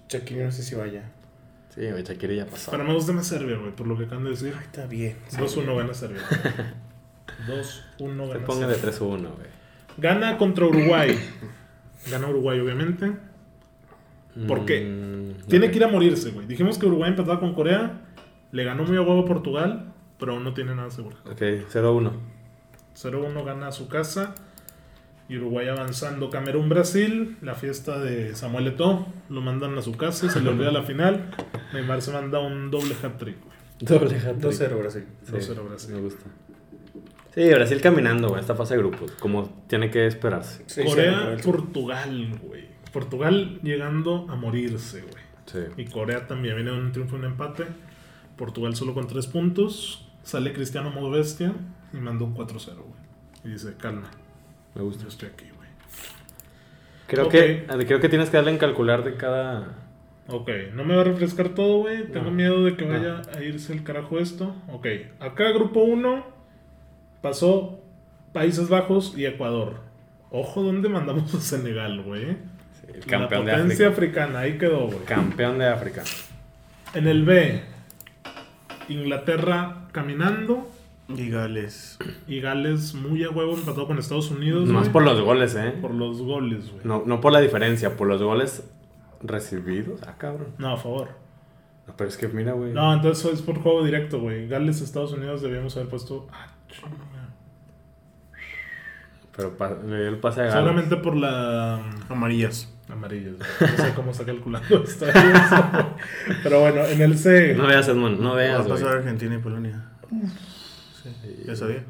Speaker 2: Chaquini no sé si vaya.
Speaker 3: Sí, güey, Shakira ya pasó.
Speaker 1: Pero me gusta más Serbia, güey, por lo que acaban de decir.
Speaker 2: Ay, está bien.
Speaker 1: 2-1 gana
Speaker 3: [laughs]
Speaker 1: Serbia. 2-1
Speaker 3: Se
Speaker 1: gana
Speaker 3: ponga
Speaker 1: Serbia.
Speaker 3: de 3-1, güey.
Speaker 1: Gana contra Uruguay. Gana Uruguay, obviamente. ¿Por qué?
Speaker 3: Mm,
Speaker 1: Tiene
Speaker 3: ok.
Speaker 1: que ir a morirse, güey. Dijimos que Uruguay empataba con Corea. Le ganó muy a huevo a Portugal, pero aún no tiene nada seguro.
Speaker 3: Ok, 0-1.
Speaker 1: 0-1 gana a su casa. Y Uruguay avanzando. Camerún, Brasil. La fiesta de Samuel Eto'o. Lo mandan a su casa. Se le olvida la final.
Speaker 3: [laughs]
Speaker 1: Neymar se manda un doble hat-trick, güey.
Speaker 3: Doble hat
Speaker 2: 2-0 Brasil.
Speaker 1: 2-0 Brasil.
Speaker 3: Me gusta. Sí, Brasil caminando, güey, esta fase de grupos, como tiene que esperarse.
Speaker 2: Sí,
Speaker 1: Corea,
Speaker 2: sí,
Speaker 1: Portugal, güey. Portugal llegando a morirse, güey.
Speaker 3: Sí.
Speaker 1: Y Corea también viene de un triunfo y un empate. Portugal solo con 3 puntos. Sale Cristiano modo bestia y manda un 4-0, güey. Y dice, calma, pues,
Speaker 3: Me gusta.
Speaker 1: yo estoy aquí, güey.
Speaker 3: Creo,
Speaker 1: Ok.
Speaker 3: que, eh, creo que tienes que darle en calcular de cada...
Speaker 1: Ok, no me va a refrescar todo, güey. Tengo
Speaker 3: No.
Speaker 1: miedo de que
Speaker 3: No.
Speaker 1: vaya a irse el carajo esto. Ok, acá grupo 1 pasó Países Bajos y Ecuador. Ojo, ¿dónde mandamos a Senegal, güey?
Speaker 3: Sí, el
Speaker 1: La
Speaker 3: campeón de
Speaker 1: potencia
Speaker 3: África.
Speaker 1: africana, ahí quedó, güey.
Speaker 3: Campeón de África.
Speaker 1: En el B, Inglaterra caminando.
Speaker 2: Y Gales.
Speaker 1: Y Gales muy a huevo empatado con Estados Unidos.
Speaker 3: Más
Speaker 1: Pues, güey.
Speaker 3: por los goles, ¿eh?
Speaker 1: Por los goles, güey.
Speaker 3: No, no por la diferencia, por los goles recibidos. Ah, cabrón.
Speaker 1: No, a favor.
Speaker 3: No, pero es que mira, güey.
Speaker 1: No, entonces es por juego directo, güey. Gales, Estados Unidos debíamos haber puesto. Ah, chinga.
Speaker 3: Pero pa- le dio el pase a Gales.
Speaker 1: Solamente por la.
Speaker 2: Amarillas.
Speaker 1: Amarillas, güey. No sé cómo está calculando esto. Pero bueno, en el C.
Speaker 3: No veas, Edmond, no
Speaker 2: Va a
Speaker 3: veas,
Speaker 2: pasar
Speaker 3: güey.
Speaker 2: Argentina y Polonia. Sí, ya sabía.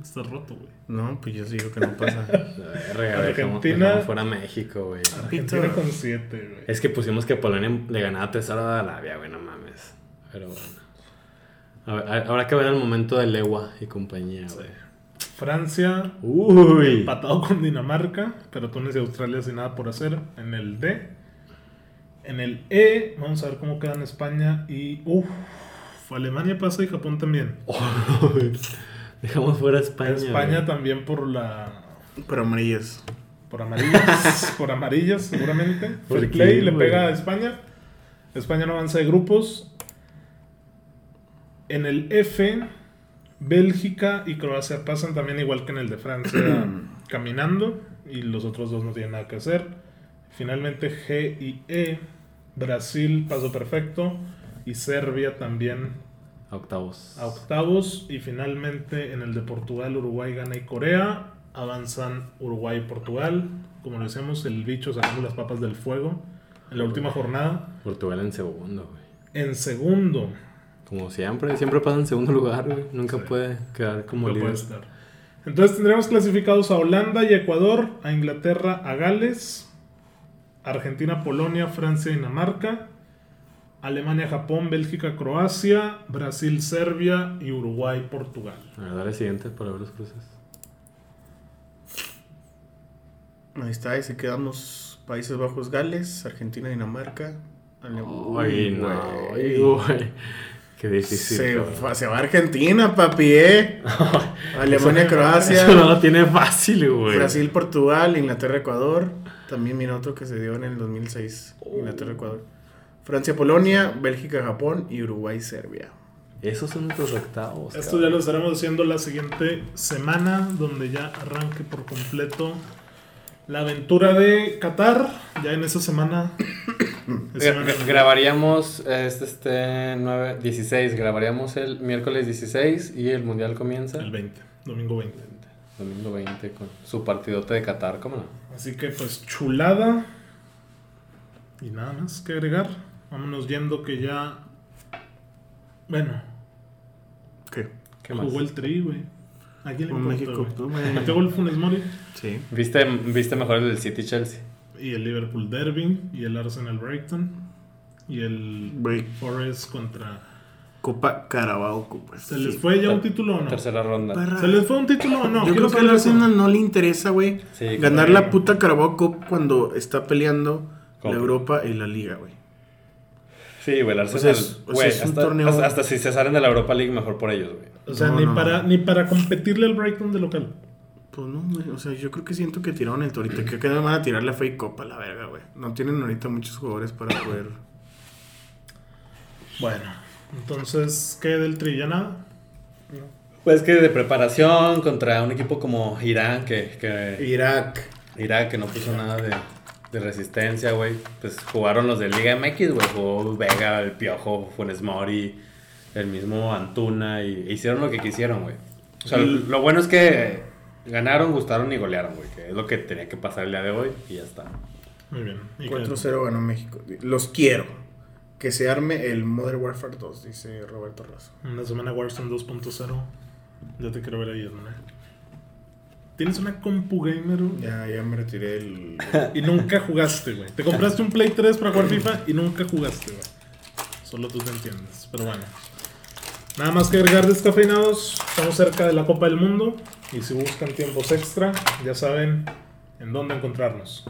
Speaker 1: Está roto, güey.
Speaker 2: No, pues yo sí digo que no [laughs] pasa.
Speaker 3: La verga, güey, dejamos-
Speaker 1: Argentina.
Speaker 3: dejamos fuera México, güey.
Speaker 1: Argentina con 7, güey.
Speaker 3: Es que pusimos que Polonia le ganaba 3 a la Arabia, güey, no mames. Pero bueno. A ver, ha- habrá que ver el momento de Lewa y compañía, güey.
Speaker 1: Francia
Speaker 3: Uy.
Speaker 1: empatado con Dinamarca. Pero Túnez y Australia sin nada por hacer. En el D. En el E, vamos a ver cómo quedan España y. Uf, Alemania pasa y Japón también.
Speaker 3: Dejamos fuera a España.
Speaker 1: España
Speaker 3: güey.
Speaker 1: también por la.
Speaker 2: Pero amarillas.
Speaker 1: Por amarillas. [laughs] por amarillas, seguramente.
Speaker 3: ¿Por
Speaker 1: Fair
Speaker 3: qué,
Speaker 1: play le
Speaker 3: güey?
Speaker 1: pega a España. España no avanza de grupos. En el F, Bélgica y Croacia pasan también igual que en el de
Speaker 3: [clears throat]
Speaker 1: Francia, caminando. Y los otros dos no tienen nada que hacer. Finalmente G y E, Brasil paso perfecto. Y Serbia también
Speaker 3: A octavos.
Speaker 1: a octavos y finalmente en el de Portugal, Uruguay, Ghana y Corea avanzan Uruguay y Portugal. Como lo decíamos, el bicho sacando las papas del fuego en la última jornada.
Speaker 3: Portugal en segundo, güey.
Speaker 1: En segundo,
Speaker 3: Como siempre, siempre pasa en segundo lugar, güey. Nunca
Speaker 1: Sí.
Speaker 3: puede quedar como
Speaker 1: no
Speaker 3: líder.
Speaker 1: puede estar. Entonces tendremos clasificados a Holanda y Ecuador, a Inglaterra, a Gales, Argentina, Polonia, Francia, Dinamarca, Alemania, Japón, Bélgica, Croacia, Brasil, Serbia y Uruguay, Portugal.
Speaker 3: A ver, dale siguiente para ver los cruces.
Speaker 2: Ahí está, ahí se quedamos. Países Bajos, Gales, Argentina, Dinamarca. Ale-
Speaker 3: Uy,
Speaker 2: Uy,
Speaker 3: no,
Speaker 2: güey.
Speaker 3: güey. Qué difícil.
Speaker 2: se,
Speaker 3: cabrón.
Speaker 2: fa- se va a Argentina, papi,
Speaker 3: [laughs]
Speaker 2: ¿eh? Alemania, Croacia,
Speaker 3: Eso no lo tiene fácil, güey.
Speaker 2: Brasil, Portugal, Inglaterra, Ecuador. También mira otro que se dio en el 2006. Inglaterra, Ecuador. Francia, Polonia, Bélgica, Japón y Uruguay, Serbia.
Speaker 3: Esos son nuestros octavos.
Speaker 1: Esto ya lo estaremos haciendo la siguiente semana, donde ya arranque por completo la aventura de Qatar. Ya en esa semana. [coughs] es semana-
Speaker 3: grabaríamos este, este 9, 16, grabaríamos el miércoles 16 y el mundial comienza
Speaker 1: el 20, domingo 20.
Speaker 3: domingo 20 con su partidote de Qatar, ¿cómo no?
Speaker 1: Así que pues chulada. Y nada más que agregar. Vámonos yendo que ya. Bueno,
Speaker 2: ¿Qué?
Speaker 3: ¿Qué más?
Speaker 1: jugó el tri, güey. ¿A quién le
Speaker 2: Un
Speaker 1: importa,
Speaker 2: México,
Speaker 1: güey? [laughs]
Speaker 2: tú, güey.
Speaker 1: Metió gol Funes Mori.
Speaker 2: Sí.
Speaker 3: ¿Viste, viste mejor el del City Chelsea.
Speaker 1: Y el Liverpool Derby. Y el Arsenal Brighton. Y el
Speaker 2: Güey,
Speaker 1: Forest contra
Speaker 2: Copa Carabao, pues. Copa.
Speaker 1: ¿Se les fue ya un título o no?
Speaker 3: Tercera ronda.
Speaker 2: Perra.
Speaker 1: ¿Se les fue un título o no?
Speaker 2: Yo
Speaker 1: Quiero
Speaker 2: creo que al
Speaker 1: saber eso.
Speaker 2: Arsenal no le interesa, güey.
Speaker 3: Sí,
Speaker 2: ganar
Speaker 3: claro.
Speaker 2: la puta Carabao Cup cuando está peleando
Speaker 3: ¿Cómo?
Speaker 2: la Europa y la Liga, güey.
Speaker 3: Sí, güey, el
Speaker 2: sea,
Speaker 3: Arsenal.
Speaker 2: es- o sea,
Speaker 3: güey,
Speaker 2: es un
Speaker 3: hasta,
Speaker 2: torneo-
Speaker 3: hasta- hasta si se salen de la Europa League, mejor por ellos, güey.
Speaker 1: O sea,
Speaker 2: No,
Speaker 1: ni,
Speaker 2: no.
Speaker 1: Para, ni para competirle al Brighton de local.
Speaker 2: Pues no, güey. O sea, yo creo que siento que tiraron el torito. Creo que no van a tirar la fake Copa, la verga, güey. No tienen ahorita muchos jugadores para poder.
Speaker 1: Bueno, entonces, ¿qué del tri? ¿Ya nada?
Speaker 3: Pues que de preparación contra un equipo como Irán, que, que
Speaker 2: Irak.
Speaker 3: Irak que no puso nada de, de resistencia, güey. Pues jugaron los de Liga MX, güey. Jugó Vega, el Piojo, Funes Mori, el mismo Antuna. Y e hicieron lo que quisieron, güey. O sea,
Speaker 1: Y-
Speaker 3: lo bueno es que ganaron, gustaron y golearon, güey. Que es lo que tenía que pasar el día de hoy y ya está.
Speaker 1: Muy bien. ¿Y qué?
Speaker 2: 4-0 ganó México. Los quiero. Que se arme el Modern Warfare 2, dice Roberto Razo.
Speaker 1: Una semana Warzone 2.0. Ya te quiero ver ahí, hermano. Tienes una compu gamer güey?
Speaker 2: Ya, ya me retiré el.
Speaker 1: y nunca jugaste, güey. Te compraste un Play 3 para jugar FIFA y nunca jugaste, güey. Solo tú te entiendes. Pero bueno. Nada más que agregar descafeinados. Estamos cerca de la Copa del Mundo. Y si buscan tiempos extra, ya saben en dónde encontrarnos.